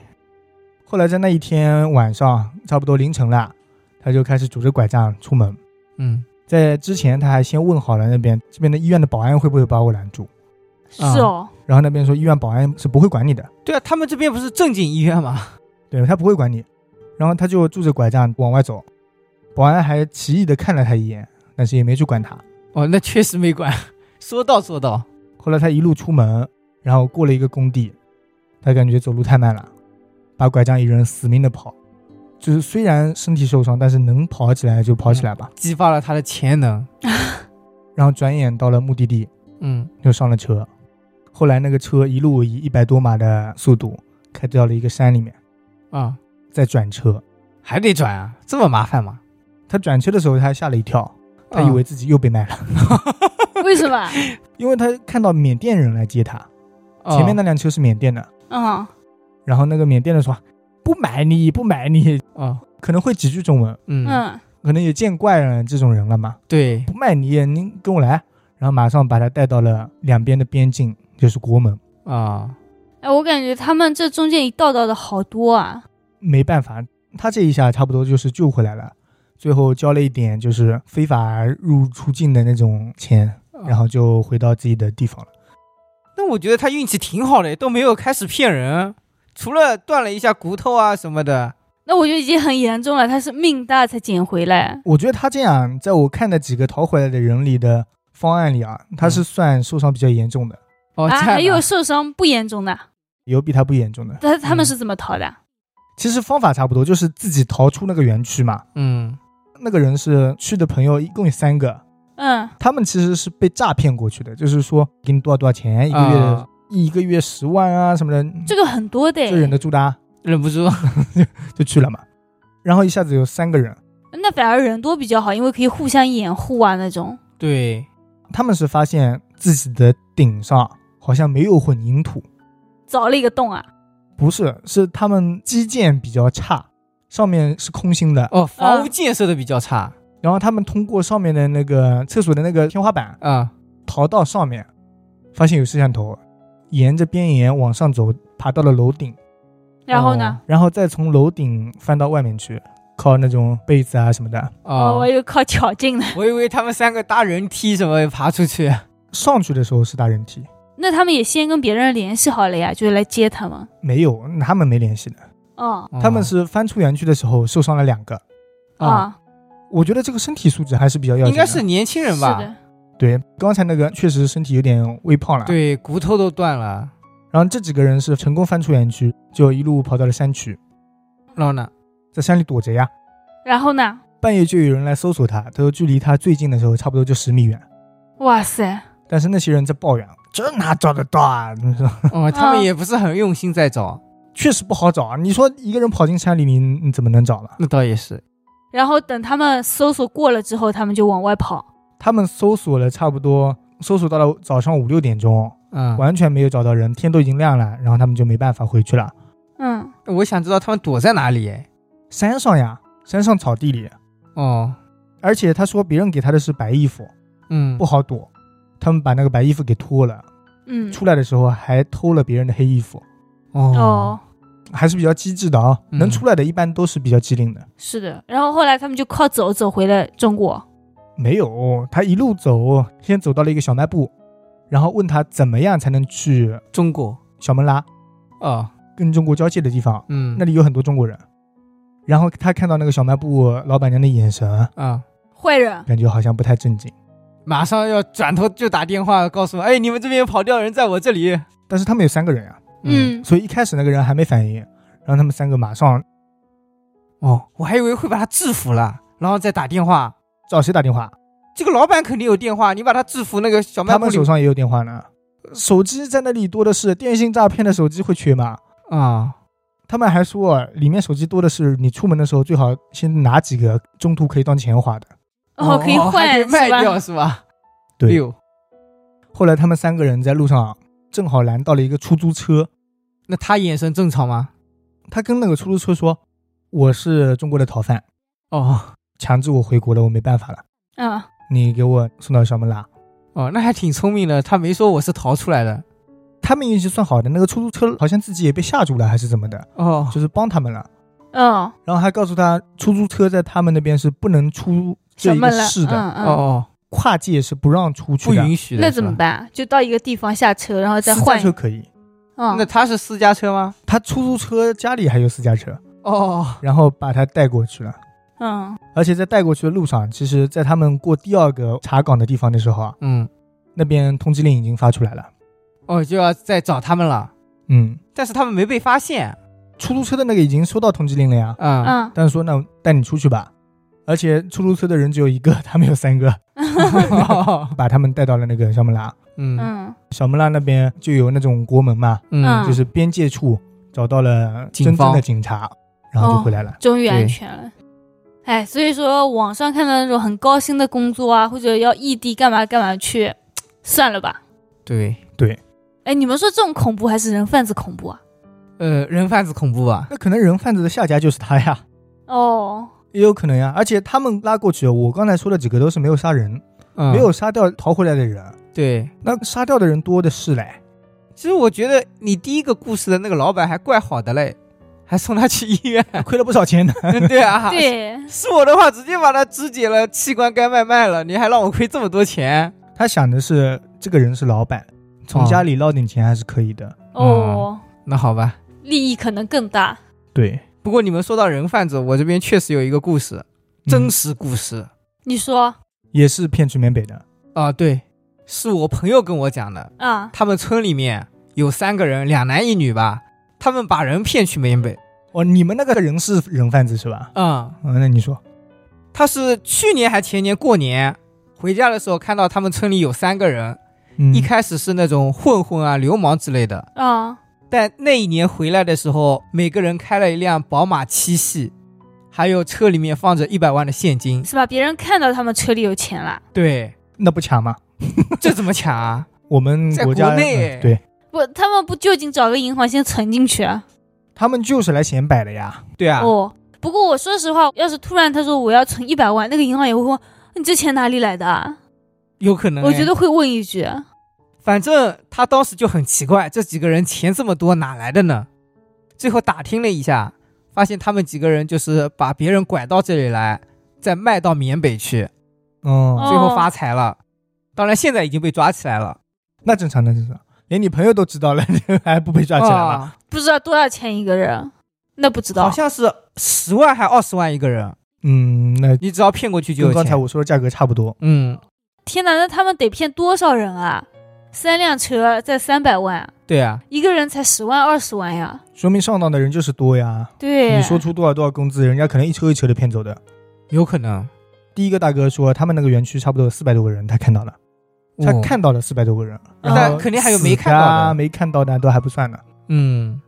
Speaker 1: 后来在那一天晚上，差不多凌晨了，他就开始拄着拐杖出门。
Speaker 3: 嗯，
Speaker 1: 在之前他还先问好了那边这边的医院的保安会不会把我拦住，
Speaker 2: 是哦，
Speaker 1: 然后那边说医院保安是不会管你的，
Speaker 3: 对啊，他们这边不是正经医院吗？
Speaker 1: 对他不会管你。然后他就拄着拐杖往外走，保安还奇异的看了他一眼，但是也没去管他。
Speaker 3: 哦，那确实没管， 说到做到。
Speaker 1: 后来他一路出门，然后过了一个工地，他感觉走路太慢了，把拐杖一扔，死命的跑。就是虽然身体受伤，但是能跑起来就跑起来吧。
Speaker 3: 激发了他的潜能。
Speaker 1: 然后转眼到了目的地，
Speaker 3: 嗯，
Speaker 1: 又上了车。后来那个车一路以一百多码的速度开到了一个山里面，
Speaker 3: 啊，
Speaker 1: 再转车。
Speaker 3: 还得转啊，这么麻烦吗？
Speaker 1: 他转车的时候，他吓了一跳，他以为自己又被卖了，
Speaker 2: 为什么？
Speaker 1: 因为他看到缅甸人来接他，
Speaker 3: 啊
Speaker 1: 前面那辆车是缅甸的，
Speaker 2: 嗯，
Speaker 1: 然后那个缅甸人说不买你，不买你，
Speaker 3: 啊，
Speaker 1: 可能会几句中文，
Speaker 3: 嗯，
Speaker 2: 嗯，
Speaker 1: 可能也见怪了这种人了嘛，
Speaker 3: 对，
Speaker 1: 不卖你，您跟我来，然后马上把他带到了两边的边境，就是国门。
Speaker 3: 啊，
Speaker 2: 哎，我感觉他们这中间一道道的好多啊。
Speaker 1: 没办法，他这一下差不多就是救回来了，最后交了一点就是非法入出境的那种钱，然后就回到自己的地方了。
Speaker 3: 那我觉得他运气挺好的，都没有开始骗人，除了断了一下骨头啊什么的。
Speaker 2: 那我觉得已经很严重了，他是命大才捡回来。
Speaker 1: 我觉得他这样，在我看的几个逃回来的人里的方案里啊，他是算受伤比较严重的，
Speaker 3: 哦，
Speaker 2: 啊，
Speaker 3: 这样的
Speaker 2: 还有受伤不严重的，
Speaker 1: 有比他不严重的。
Speaker 2: 他他们
Speaker 3: 嗯
Speaker 2: 是怎么逃的？
Speaker 1: 其实方法差不多，就是自己逃出那个园区嘛。
Speaker 3: 嗯
Speaker 1: 那个人是去的朋友，一共有三个，
Speaker 2: 嗯
Speaker 1: 他们其实是被诈骗过去的，就是说给你多少多少钱，一个月、
Speaker 3: 啊
Speaker 1: 一个月十万啊什么的，
Speaker 2: 这个很多的诶，
Speaker 1: 这忍得住的、啊。
Speaker 3: 忍不住，
Speaker 1: 就去了嘛。然后一下子有三个人，
Speaker 2: 那反而人多比较好，因为可以互相掩护啊那种。
Speaker 3: 对，
Speaker 1: 他们是发现自己的顶上好像没有混凝土，
Speaker 2: 凿了一个洞啊，
Speaker 1: 不是，是他们基建比较差，上面是空心的。
Speaker 3: 哦，房屋建设的比较差
Speaker 1: 然后他们通过上面的那个厕所的那个天花板
Speaker 3: 啊，
Speaker 1: 逃到上面，发现有摄像头，沿着边沿往上走，爬到了楼顶，
Speaker 2: 然后呢？
Speaker 1: 然后再从楼顶翻到外面去，靠那种被子啊什么的
Speaker 3: 哦，
Speaker 2: 我
Speaker 3: 我
Speaker 2: 又靠巧劲了。
Speaker 3: 我以为他们三个搭人梯什么爬出去。
Speaker 1: 上去的时候是大人体，
Speaker 2: 那他们也先跟别人联系好了呀，就是来接他们。
Speaker 1: 没有，他们没联系的，
Speaker 2: 哦
Speaker 1: 他们是翻出园区的时候受伤了两个。
Speaker 3: 啊，
Speaker 2: 啊，
Speaker 1: 我觉得这个身体素质还是比较要
Speaker 3: 应
Speaker 1: 紧的，
Speaker 3: 该是年轻人
Speaker 2: 是
Speaker 3: 吧？
Speaker 2: 的，
Speaker 1: 对。刚才那个确实身体有点微胖了，。
Speaker 3: 对，骨头都断了。
Speaker 1: 然后这几个人是成功翻出园区，就一路跑到了山区，
Speaker 3: 然后呢？
Speaker 1: 在山里躲着呀。
Speaker 2: 然后呢？
Speaker 1: 半夜就有人来搜索他，他说距离他最近的时候差不多就十米远，
Speaker 2: 哇塞，
Speaker 1: 但是那些人在抱怨，这哪找得到啊？你说
Speaker 3: 哦，他
Speaker 2: 啊
Speaker 3: 们也不是很用心在找。
Speaker 1: 确实不好找啊。你说一个人跑进山里，你你怎么能找呢？
Speaker 3: 那倒也是。
Speaker 2: 然后等他们搜索过了之后，他们就往外跑。
Speaker 1: 他们搜索了差不多，搜索到了早上五六点钟，
Speaker 3: 嗯，
Speaker 1: 完全没有找到人，天都已经亮了，然后他们就没办法回去了。
Speaker 2: 嗯，
Speaker 3: 我想知道他们躲在哪里。哎
Speaker 1: 山上呀，山上草地里，
Speaker 3: 哦，
Speaker 1: 而且他说别人给他的是白衣服，
Speaker 3: 嗯
Speaker 1: 不，好躲。他们把那个白衣服给脱了，
Speaker 2: 嗯，
Speaker 1: 出来的时候还偷了别人的黑衣服，
Speaker 3: 哦
Speaker 2: 哦，，
Speaker 1: 还是比较机智的啊。
Speaker 3: 嗯
Speaker 1: 能出来的一般都是比较机灵的。
Speaker 2: 是的。然后后来他们就靠走走回了中国。
Speaker 1: 没有，他一路走，先走到了一个小卖部，然后问他怎么样才能去
Speaker 3: 中国。
Speaker 1: 小门拉，
Speaker 3: 哦，
Speaker 1: 跟中国交界的地方，
Speaker 3: 嗯，
Speaker 1: 那里有很多中国人。然后他看到那个小卖部老板娘的眼神，
Speaker 3: 啊，
Speaker 2: 坏人，
Speaker 1: 感觉好像不太正经。
Speaker 3: 马上要转头就打电话告诉我，哎，你们这边跑掉人在我这里。嗯
Speaker 1: 但是他们有三个人呀、啊
Speaker 2: 嗯，
Speaker 1: 所以一开始那个人还没反应，然后他们三个马上
Speaker 3: 哦，我还以为会把他制服了，然后再打电话。
Speaker 1: 找谁打电话？
Speaker 3: 这个老板肯定有电话，你把他制服，那个小卖
Speaker 1: 他
Speaker 3: 部
Speaker 1: 们
Speaker 3: 里
Speaker 1: 手上也有电话呢，手机在那里多的是，电信诈骗的手机会缺吗？
Speaker 3: 啊，
Speaker 1: 他们还说里面手机多的是，你出门的时候最好先拿几个，中途可以当钱花的。
Speaker 2: 哦，可以
Speaker 3: 还
Speaker 2: 换
Speaker 3: 可以卖
Speaker 2: 是吧
Speaker 3: 掉是吧？哎
Speaker 1: 对，
Speaker 3: 六，
Speaker 1: 后来他们三个人在路上正好拦到了一个出租车，
Speaker 3: 那他眼神正常吗？
Speaker 1: 他跟那个出租车说：“我是中国的逃犯，
Speaker 3: 哦
Speaker 1: 强制我回国了，我没办法了，
Speaker 2: 嗯，
Speaker 1: 你给我送到小门拉。
Speaker 3: 哦，那还挺聪明的，他没说我是逃出来的。”
Speaker 1: 他们运气算好的，那个出租车好像自己也被吓住了，还是怎么的，
Speaker 3: 哦，
Speaker 1: 就是帮他们了。
Speaker 2: 嗯，
Speaker 1: 然后还告诉他，出租车在他们那边是不能出这
Speaker 2: 什
Speaker 1: 一
Speaker 2: 么
Speaker 1: 个
Speaker 2: 了？
Speaker 1: 市的，
Speaker 2: 嗯
Speaker 3: 哦
Speaker 2: 嗯。
Speaker 3: 哦，
Speaker 1: 跨界是不让出去
Speaker 3: 不
Speaker 1: 的，
Speaker 3: 允许的。
Speaker 2: 那
Speaker 3: 是
Speaker 2: 怎
Speaker 3: 吧
Speaker 2: 么？办？就到一个地方下车，然后再
Speaker 1: 私
Speaker 2: 换
Speaker 1: 家
Speaker 2: 一
Speaker 1: 车可以。
Speaker 2: 嗯
Speaker 3: 那他是私家车吗？
Speaker 1: 他出租车家里还有私家车，
Speaker 3: 哦，
Speaker 1: 然后把他带过去了。
Speaker 2: 嗯
Speaker 1: 而且在带过去的路上，其实，在他们过第二个查岗的地方的时候啊，
Speaker 3: 嗯，
Speaker 1: 那边通缉令已经发出来了。
Speaker 3: 哦，就要再找他们了，
Speaker 1: 嗯，
Speaker 3: 但是他们没被发现。
Speaker 1: 出租车的那个已经收到通缉令了呀，
Speaker 3: 嗯，
Speaker 2: 嗯，
Speaker 1: 但是说那我带你出去吧。而且出租车的人只有一个，他们有三个， 把他们带到了那个小门拉。
Speaker 3: 哦嗯
Speaker 2: 嗯
Speaker 1: 小门拉那边就有那种国门嘛，
Speaker 3: 嗯
Speaker 2: 嗯
Speaker 1: 就是边界处找到了真正的警察，然后就
Speaker 2: 哦
Speaker 1: 回来了。
Speaker 2: 终于安
Speaker 3: 对
Speaker 2: 全了。哎，所以说网上看到那种很高薪的工作啊，或者要异地干嘛干嘛去，算了吧。
Speaker 3: 对，
Speaker 2: 哎，你们说这种恐怖还是人贩子恐怖啊？
Speaker 3: 呃，人贩子恐怖吧？
Speaker 1: 那可能人贩子的下家就是他呀，
Speaker 2: 哦，
Speaker 1: 也有可能呀。而且他们拉过去，我刚才说的几个都是没有杀人，
Speaker 3: 嗯，
Speaker 1: 没有杀掉逃回来的人，
Speaker 3: 对。
Speaker 1: 那杀掉的人多的是嘞。
Speaker 3: 其实我觉得你第一个故事的那个老板还怪好的嘞， 还送他去医 院。
Speaker 1: 亏了不少钱呢。
Speaker 3: 对啊，，
Speaker 2: 对，
Speaker 3: 是我的话直接把他肢解了，器官该卖卖了，你还让我亏这么多钱？
Speaker 1: 他想的是这个人是老板，从
Speaker 3: 哦
Speaker 1: 家里捞点钱还是可以的。
Speaker 2: 哦，
Speaker 3: 那好吧。
Speaker 2: 利益可能更大。
Speaker 1: 对，
Speaker 3: 不过你们说到人贩子，我这边确实有一个故事，真
Speaker 1: 嗯
Speaker 3: 实故事、
Speaker 2: 你说
Speaker 1: 也是骗去缅北的。
Speaker 3: 啊，对，是我朋友跟我讲的。
Speaker 2: 啊，
Speaker 3: 他们村里面有三个人，两男一女吧，他们把人骗去缅北。
Speaker 1: 哦，你们那个人是人贩子是吧？
Speaker 3: 嗯，
Speaker 1: 嗯，那你说，
Speaker 3: 他是去年还前年过年回家的时候，看到他们村里有三个人，
Speaker 1: 嗯
Speaker 3: 一开始是那种混混啊、流氓之类的，
Speaker 2: 啊，
Speaker 3: 但那一年回来的时候，每个人开了一辆宝马七系，还有车里面放着一百万的现金。
Speaker 2: 是吧？别人看到他们车里有钱了，
Speaker 3: 对，
Speaker 1: 那不抢吗？
Speaker 3: 这怎么抢啊？
Speaker 1: 我们
Speaker 3: 在
Speaker 1: 国家
Speaker 3: 国内
Speaker 1: 嗯对
Speaker 2: 不，他们不就近找个银行先存进去啊？
Speaker 1: 他们就是来显摆的呀。
Speaker 3: 对啊，
Speaker 2: 哦，不过我说实话，要是突然他说我要存一百万，那个银行也会问你这钱哪里来的、啊？
Speaker 3: 有可能哎。
Speaker 2: 我觉得会问一句。
Speaker 3: 反正他当时就很奇怪，这几个人钱这么多哪来的呢？最后打听了一下，发现他们几个人就是把别人拐到这里来，再卖到缅北去，
Speaker 1: 嗯，
Speaker 2: 哦
Speaker 3: 最后发财了。当然现在已经被抓起来了，
Speaker 1: 那正常，那正常。连你朋友都知道了， 你还不被抓起来吗？
Speaker 3: 啊
Speaker 2: 不知道多少钱一个人，那不知道。
Speaker 3: 好像是十万还二十万一个人，
Speaker 1: 嗯，那
Speaker 3: 你只要骗过去就
Speaker 1: 跟
Speaker 3: 有
Speaker 1: 刚才
Speaker 3: 钱。
Speaker 1: 我说的价格差不多。
Speaker 3: 嗯，
Speaker 2: 天哪，那他们得骗多少人啊？三辆车在三百万，
Speaker 3: 对啊，
Speaker 2: 一个人才十万二十万呀。
Speaker 1: 说明上当的人就是多呀，
Speaker 2: 对，
Speaker 1: 你说出多少多少工资，人家可能一车一车的骗走的。
Speaker 3: 有可能。
Speaker 1: 第一个大哥说，他们那个园区差不多有四百多个人，他看到了，他
Speaker 3: 哦，
Speaker 1: 看到了四百多个人，
Speaker 2: 嗯
Speaker 1: 然后
Speaker 3: 肯定还有
Speaker 1: 死
Speaker 3: 没看到的
Speaker 1: 啊没看到的都还不算呢。
Speaker 3: 嗯，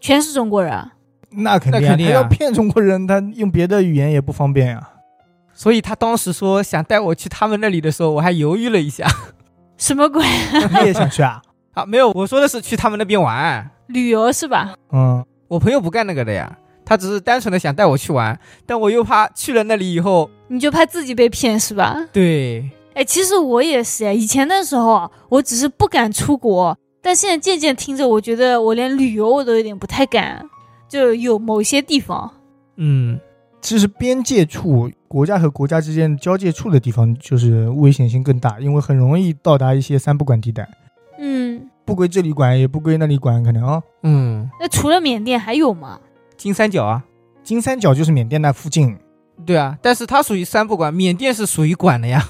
Speaker 2: 全是中国人啊，
Speaker 1: 那肯定、
Speaker 3: 那肯定啊
Speaker 1: 他要骗中国人，他用别的语言也不方便呀、
Speaker 3: 所以他当时说想带我去他们那里的时候，我还犹豫了一下
Speaker 2: 什么鬼？
Speaker 1: 你也想去啊？
Speaker 3: 啊，没有，我说的是去他们那边玩。
Speaker 2: 旅游是吧？
Speaker 1: 嗯，
Speaker 3: 我朋友不干那个的呀，他只是单纯的想带我去玩，但我又怕去了那里以后，
Speaker 2: 你就怕自己被骗是吧？
Speaker 3: 对，
Speaker 2: 哎，其实我也是哎，以前的时候啊我只是不敢出国，但现在渐渐听着，我觉得我连旅游我都有点不太敢，就有某些地方，
Speaker 3: 嗯，
Speaker 1: 其实边界处，国家和国家之间交界处的地方，就是危险性更大，因为很容易到达一些三不管地带，
Speaker 2: 嗯，
Speaker 1: 不归这里管，也不归那里管，可能啊、
Speaker 3: 嗯，
Speaker 2: 那除了缅甸还有吗？
Speaker 3: 金三角啊，
Speaker 1: 金三角就是缅甸那附近，
Speaker 3: 对啊，但是它属于三不管，缅甸是属于管的呀，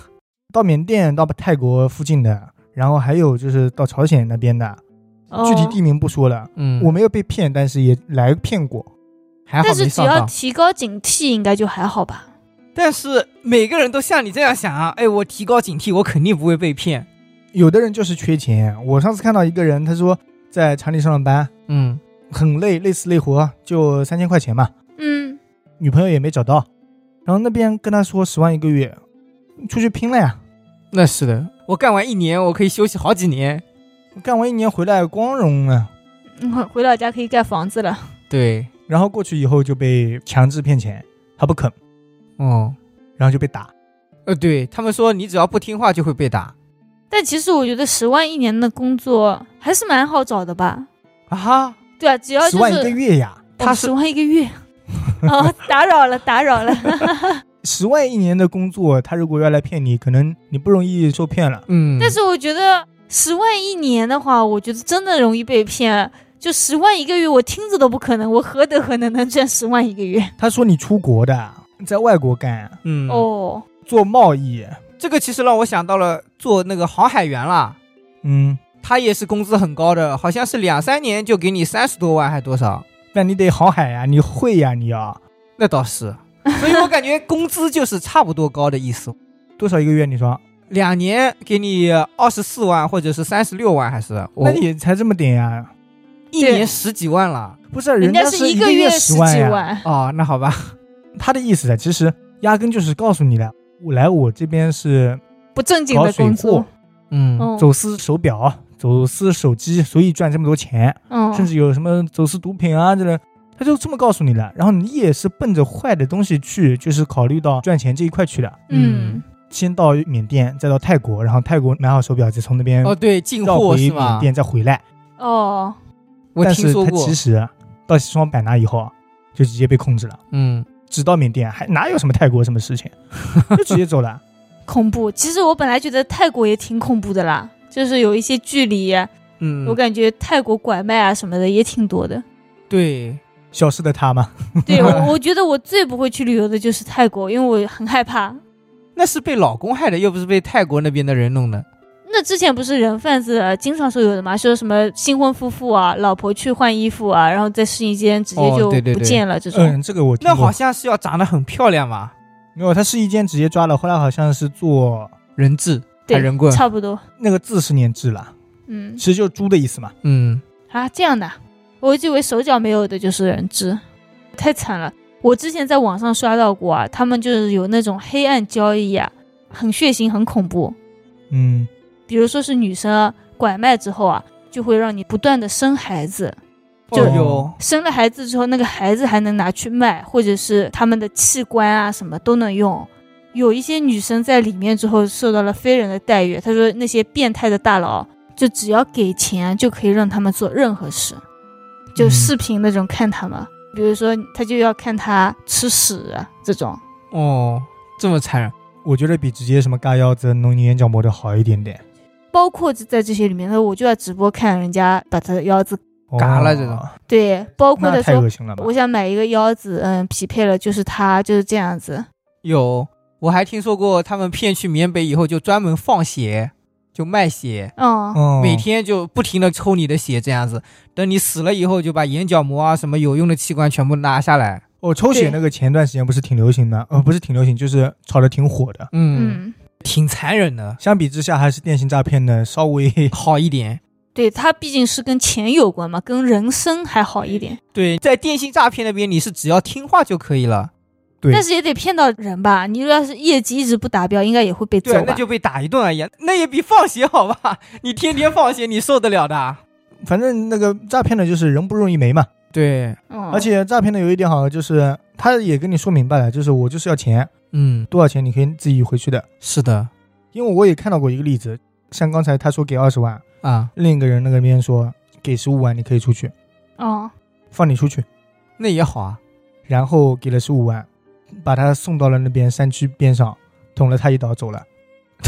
Speaker 1: 到缅甸、到泰国附近的，然后还有就是到朝鲜那边的，具体
Speaker 2: 哦
Speaker 1: 地名不说了。
Speaker 3: 嗯
Speaker 1: 我
Speaker 3: 们
Speaker 1: 没有被骗，但是也来骗过。
Speaker 3: 还好
Speaker 2: 但是
Speaker 3: 没
Speaker 2: 只
Speaker 3: 上
Speaker 2: 要
Speaker 3: 当，
Speaker 2: 提高警惕，应该就还好吧。
Speaker 3: 但是每个人都像你这样想啊，哎，我提高警惕，我肯定不会被骗，
Speaker 1: 有的人就是缺钱。我上次看到一个人，他说在厂里上班，
Speaker 3: 嗯，
Speaker 1: 很累，累死累活，就三千块钱嘛，
Speaker 2: 嗯，
Speaker 1: 女朋友也没找到，然后那边跟他说十万一个月，出去拼了呀！
Speaker 3: 那是的，我干完一年，我可以休息好几年，
Speaker 1: 干完一年回来光荣啊！
Speaker 2: 嗯回老家可以盖房子了。
Speaker 3: 对，
Speaker 1: 然后过去以后就被强制骗钱，他不肯，
Speaker 3: 哦，
Speaker 1: 然后就被打。
Speaker 3: 呃，对他们说你只要不听话就会被打
Speaker 2: 但其实我觉得十万一年的工作还是蛮好找的吧？
Speaker 3: 啊哈，
Speaker 2: 对啊，只要
Speaker 1: 十
Speaker 2: 就
Speaker 1: 万一个
Speaker 2: 是哦
Speaker 1: 月呀，
Speaker 3: 他
Speaker 2: 十
Speaker 3: 是
Speaker 2: 万一个 月。哦，打扰了，打扰了。
Speaker 1: 十万一年的工作，他如果要来骗你，可能你不容易受骗了。
Speaker 3: 嗯，
Speaker 2: 但是我觉得十万一年的话，我觉得真的容易被骗。就十万一个月，我听着都不可能，我何德何能能赚十万一个月？
Speaker 1: 他说你出国的，在外国干
Speaker 3: 嗯
Speaker 2: 哦，
Speaker 1: 做贸易，
Speaker 3: 这个其实让我想到了做那个航海员啦，
Speaker 1: 嗯，
Speaker 3: 他也是工资很高的，好像是两三年就给你三十多万还多少，
Speaker 1: 那你得航海呀，你会呀，你要
Speaker 3: 那倒是，所以我感觉工资就是差不多高的意思，
Speaker 1: 多少一个月？你说？
Speaker 3: 两年给你二十四万或者是三十六万还是，
Speaker 1: 那
Speaker 3: 我
Speaker 1: 你才这么点呀？
Speaker 3: 一
Speaker 2: 对
Speaker 3: 年十几万了
Speaker 1: 不是啊
Speaker 2: 人
Speaker 1: 家
Speaker 2: 是
Speaker 1: 是
Speaker 2: 一
Speaker 1: 个
Speaker 2: 个月
Speaker 1: 十
Speaker 2: 十
Speaker 1: 万
Speaker 2: 几
Speaker 1: 呀。
Speaker 2: 万，
Speaker 3: 哦，那好吧，
Speaker 1: 他的意思呢，啊其实压根就是告诉你了，我来我这边是
Speaker 2: 不正经
Speaker 1: 搞
Speaker 2: 的
Speaker 1: 水
Speaker 2: 工
Speaker 1: 货
Speaker 2: 作，，
Speaker 3: 嗯，
Speaker 2: 嗯
Speaker 1: 走私手表、走私手机，所以赚这么多钱，
Speaker 2: 嗯，
Speaker 1: 甚至
Speaker 3: 哦
Speaker 1: 有什么走私毒品啊之类的，他就这么告诉你了。然后你也是奔着坏的东西去，就是考虑到赚钱这一块去的。
Speaker 2: 嗯
Speaker 1: 先到缅甸，再到泰国，然后泰国买好手表，再从那边
Speaker 3: 哦，对，进
Speaker 1: 绕
Speaker 3: 货
Speaker 1: 回
Speaker 3: 是
Speaker 1: 缅
Speaker 3: 吧？
Speaker 1: 甸再回来。
Speaker 2: 哦，
Speaker 3: 我
Speaker 1: 但
Speaker 3: 听
Speaker 1: 是
Speaker 3: 说
Speaker 1: 他
Speaker 3: 过
Speaker 1: 其，实到西双版纳以后啊，就直接被控制了，
Speaker 3: 嗯，
Speaker 1: 只到缅甸，还哪有什么泰国什么 事情，就直接走了。
Speaker 2: 恐怖。其实我本来觉得泰国也挺恐怖的啦，就是有一些距离，啊
Speaker 3: 嗯，
Speaker 2: 我感觉泰国拐卖啊什么的也挺多 的。
Speaker 3: 对，
Speaker 1: 消失的他嘛，
Speaker 2: 对我，我觉得我最不会去旅游的就是泰国，因为我很害怕。
Speaker 3: 那是被老公害的，又不是被泰国那边的人弄的。
Speaker 2: 那之前不是人贩子呃经常说有的嘛，说什么新婚夫妇啊，老婆去换衣服啊，然后在试衣间直接
Speaker 3: 哦
Speaker 2: 就
Speaker 3: 对对对
Speaker 2: 不见了这种。
Speaker 1: 嗯，这个我听
Speaker 3: 那
Speaker 1: 过
Speaker 3: 好像是要长得很漂亮嘛，
Speaker 1: 没有，他试衣间直接抓了，后来好像是做
Speaker 3: 人质
Speaker 2: 对
Speaker 3: 还人棍，
Speaker 2: 差不多。
Speaker 1: 那个字是念“制”了，
Speaker 2: 嗯
Speaker 1: 其实就是猪的意思嘛。
Speaker 3: 嗯，
Speaker 2: 啊，这样的啊，我一直以为手脚没有的就是人质，太惨了。我之前在网上刷到过啊，他们就是有那种黑暗交易啊，很血腥，很恐怖。
Speaker 1: 嗯，
Speaker 2: 比如说是女生啊拐卖之后啊，就会让你不断的生孩子，就
Speaker 3: 哦哟
Speaker 1: 哦
Speaker 2: 生了孩子之后，那个孩子还能拿去卖，或者是他们的器官啊什么都能用。有一些女生在里面之后受到了非人的待遇，她说那些变态的大佬就只要给钱就可以让他们做任何事，就
Speaker 1: 嗯
Speaker 2: 视频那种看他们，比如说他就要看他吃屎啊这种。
Speaker 3: 哦，这么残忍，
Speaker 1: 我觉得比直接什么嘎腰子、弄你眼角膜的好一点点。
Speaker 2: 包括在这些里面，他说我就要直播看人家把他的腰子，
Speaker 1: 哦
Speaker 3: 嘎了这种，
Speaker 2: 对，包括
Speaker 1: 那
Speaker 2: 他
Speaker 1: 太
Speaker 2: 说
Speaker 1: 恶心了吧
Speaker 2: 我？想买一个腰子，嗯，匹配了就是他，就是这样子。
Speaker 3: 有，我还听说过他们骗去缅北以后就专门放血，就卖血，
Speaker 2: 嗯，
Speaker 1: 哦
Speaker 3: 每天就不停的抽你的血，这样子，等你死了以后就把眼角膜啊什么有用的器官全部拿下来。
Speaker 1: 哦，抽血
Speaker 2: 对
Speaker 1: 那个前段时间不是挺流行的，呃，不是挺流行，就是炒的挺火的。
Speaker 3: 嗯，
Speaker 2: 嗯
Speaker 3: 挺残忍的，
Speaker 1: 相比之下，还是电信诈骗的稍微
Speaker 3: 好一点。
Speaker 2: 对，它毕竟是跟钱有关嘛，跟人生还好一点，
Speaker 3: 对，在电信诈骗那边，你是只要听话就可以了。
Speaker 1: 对
Speaker 2: 但是也得骗到人吧。你如果要是业绩一直不达标，应该也会被揍
Speaker 3: 对，那
Speaker 2: 吧？
Speaker 3: 就被打一顿而已，那也比放血好吧？ 你天天放血，你受得了的？
Speaker 1: 反正那个诈骗的就是人不容易没嘛。
Speaker 3: 对，
Speaker 2: 嗯，
Speaker 1: 而且诈骗的有一点好就是，他也跟你说明白了，就是我就是要钱，
Speaker 3: 嗯，
Speaker 1: 多少钱你可以自己回去的。
Speaker 3: 是的
Speaker 1: 因为我也看到过一个例子，像刚才他说给二十万，
Speaker 3: 啊，
Speaker 1: 另一个人那个边说给十五万你可以出去，
Speaker 2: 嗯，
Speaker 1: 放你出去，
Speaker 3: 那也好啊。
Speaker 1: 然后给了十五万，把他送到了那边山区边上，捅了他一刀走了，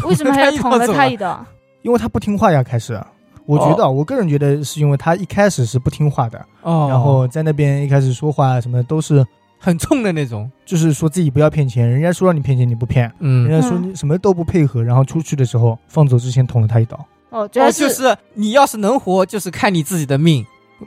Speaker 2: 为什么还要捅了他
Speaker 3: 他一刀走了
Speaker 2: 一刀？
Speaker 1: 因为他不听话呀。开始，我觉得、我个人觉得是因为他一开始是不听话的，
Speaker 3: 哦
Speaker 1: 然后在那边一开始说话什么都是
Speaker 3: 很重的那种，
Speaker 1: 就是说自己不要骗钱，人家说让你骗钱你不骗，人
Speaker 3: 嗯，
Speaker 1: 家说
Speaker 2: 嗯
Speaker 1: 你什么都不配合，然后出去的时候放走之前捅了他一刀，
Speaker 2: 哦，主要
Speaker 3: 哦，
Speaker 2: 是，
Speaker 3: 就是你要是能活，就是看你自己的命。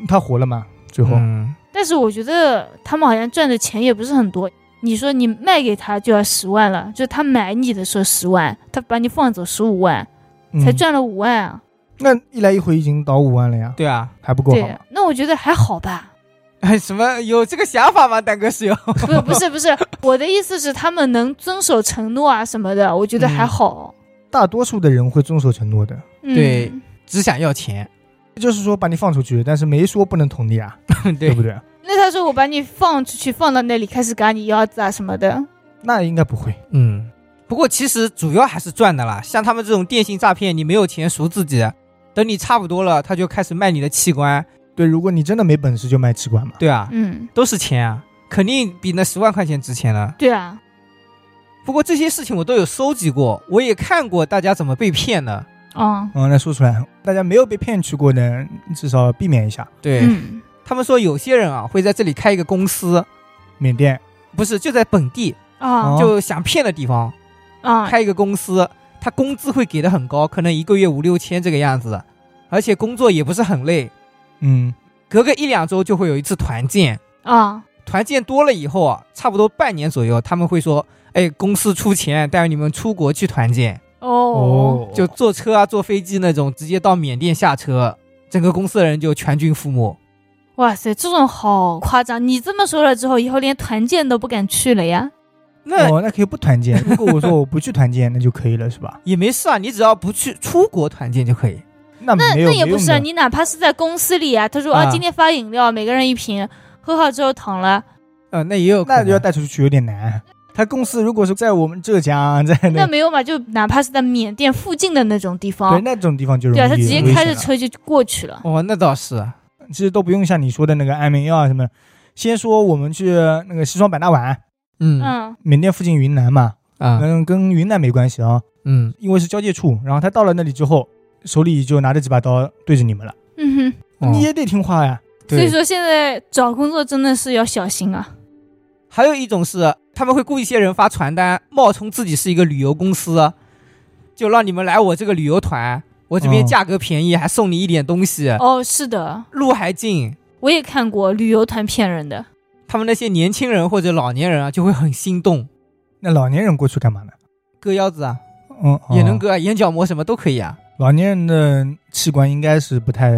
Speaker 1: 他活了吗？最后。
Speaker 3: 嗯，
Speaker 2: 但是我觉得他们好像赚的钱也不是很多。你说你卖给他就要十万了，就他买你的时候十万，他把你放走十五万，
Speaker 1: 嗯
Speaker 2: 才赚了五万啊。
Speaker 1: 那一来一回已经倒五万了呀，
Speaker 3: 对啊，
Speaker 1: 还不够好
Speaker 2: 对
Speaker 1: 吗？，
Speaker 2: 那我觉得还好吧。
Speaker 3: 哎，什么有这个想法吗？蛋哥室友，
Speaker 2: 不，不是，不是，我的意思是他们能遵守承诺啊什么的，我觉得还
Speaker 3: 嗯
Speaker 2: 好。
Speaker 1: 大多数的人会遵守承诺的，
Speaker 2: 嗯
Speaker 3: 对 只想要钱，
Speaker 1: 就是说把你放出去，但是没说不能捅你啊，对
Speaker 3: 对
Speaker 1: 不对？
Speaker 2: 那他说我把你放出去，放到那里开始嘎你腰子啊什么的，
Speaker 1: 那应该不会。
Speaker 3: 嗯，不过其实主要还是赚的啦。像他们这种电信诈骗，你没有钱赎自己，等你差不多了，他就开始卖你的器官。
Speaker 1: 对，如果你真的没本事，就卖器官嘛。
Speaker 3: 对啊，
Speaker 2: 嗯，
Speaker 3: 都是钱啊，肯定比那十万块钱值钱了。
Speaker 2: 对啊，
Speaker 3: 不过这些事情我都有收集过，我也看过大家怎么被骗的。
Speaker 2: 啊，
Speaker 1: 嗯，那说出来，大家没有被骗去过的，至少避免一下。
Speaker 3: 对、
Speaker 2: 嗯，
Speaker 3: 他们说，有些人啊会在这里开一个公司，
Speaker 1: 缅甸，
Speaker 3: 不是就在本地，
Speaker 2: 啊
Speaker 1: 哦
Speaker 3: 就想骗的地方
Speaker 2: 啊，
Speaker 3: 开一个公司，他工资会给的很高，可能一个月五六千这个样子，而且工作也不是很累，
Speaker 1: 嗯，
Speaker 3: 隔个一两周就会有一次团建。
Speaker 2: 啊，
Speaker 3: 团建多了以后啊，差不多半年左右，他们会说：“哎，公司出钱带你们出国去团建，
Speaker 2: 哦，
Speaker 1: 哦，
Speaker 3: 就坐车啊、坐飞机那种，直接到缅甸下车，整个公司的人就全军覆没。
Speaker 2: 哇塞，这种好夸张！你这么说了之后，以后连团建都不敢去了呀。
Speaker 3: 那
Speaker 1: 哦，那可以不团 建。如果我说我不去团建，那就可以了，是吧？
Speaker 3: 也没事啊，你只要不去出国团建就可以。
Speaker 1: 那
Speaker 2: 那
Speaker 1: 没有
Speaker 2: 那也
Speaker 1: 没
Speaker 2: 不
Speaker 1: 用
Speaker 2: 是啊，
Speaker 1: 的
Speaker 2: 你哪怕是在公司里啊，他说啊，
Speaker 3: 啊
Speaker 2: 今天发饮料，每个人一瓶，喝好之后躺了，
Speaker 3: 呃，那也有可
Speaker 1: 那
Speaker 3: 能，
Speaker 1: 就要带出去有点难。他公司如果是在我们浙江，在那
Speaker 2: 那没有嘛，就哪怕是在缅甸附近的那种
Speaker 1: 对
Speaker 2: 地方，
Speaker 1: 那种地方就容
Speaker 2: 对
Speaker 1: 易
Speaker 2: 啊，他直接
Speaker 1: 危
Speaker 2: 开
Speaker 1: 险
Speaker 2: 着
Speaker 1: 了
Speaker 2: 车就过去了。
Speaker 3: 哦，那倒是啊，
Speaker 1: 其实都不用像你说的那个安眠药啊什么。先说我们去那个西双版纳玩，
Speaker 3: 嗯啊
Speaker 2: 嗯，
Speaker 1: 缅甸附近云南嘛，
Speaker 2: 啊
Speaker 1: 嗯，跟云南没关系啊，
Speaker 3: 嗯，
Speaker 1: 因为是交界处。然后他到了那里之后，手里就拿着几把刀对着你们了，
Speaker 2: 嗯哼。
Speaker 3: 哦
Speaker 1: 你也得听话呀。
Speaker 2: 所以
Speaker 3: 对。
Speaker 2: 说现在找工作真的是要小心啊。
Speaker 3: 还有一种是他们会雇一些人发传单，冒充自己是一个旅游公司，就让你们来我这个旅游团，我这边
Speaker 1: 哦
Speaker 3: 价格便宜，还送你一点东西，
Speaker 2: 哦，是的，
Speaker 3: 路还近。
Speaker 2: 我也看过旅游团骗人的，
Speaker 3: 他们那些年轻人或者老年人啊，就会很心动，
Speaker 1: 那老年人过去干嘛呢？
Speaker 3: 割腰子啊，
Speaker 1: 嗯，
Speaker 3: 也能
Speaker 1: 哦。
Speaker 3: 割啊，眼角膜什么都可以啊。
Speaker 1: 老年人的器官应该是不太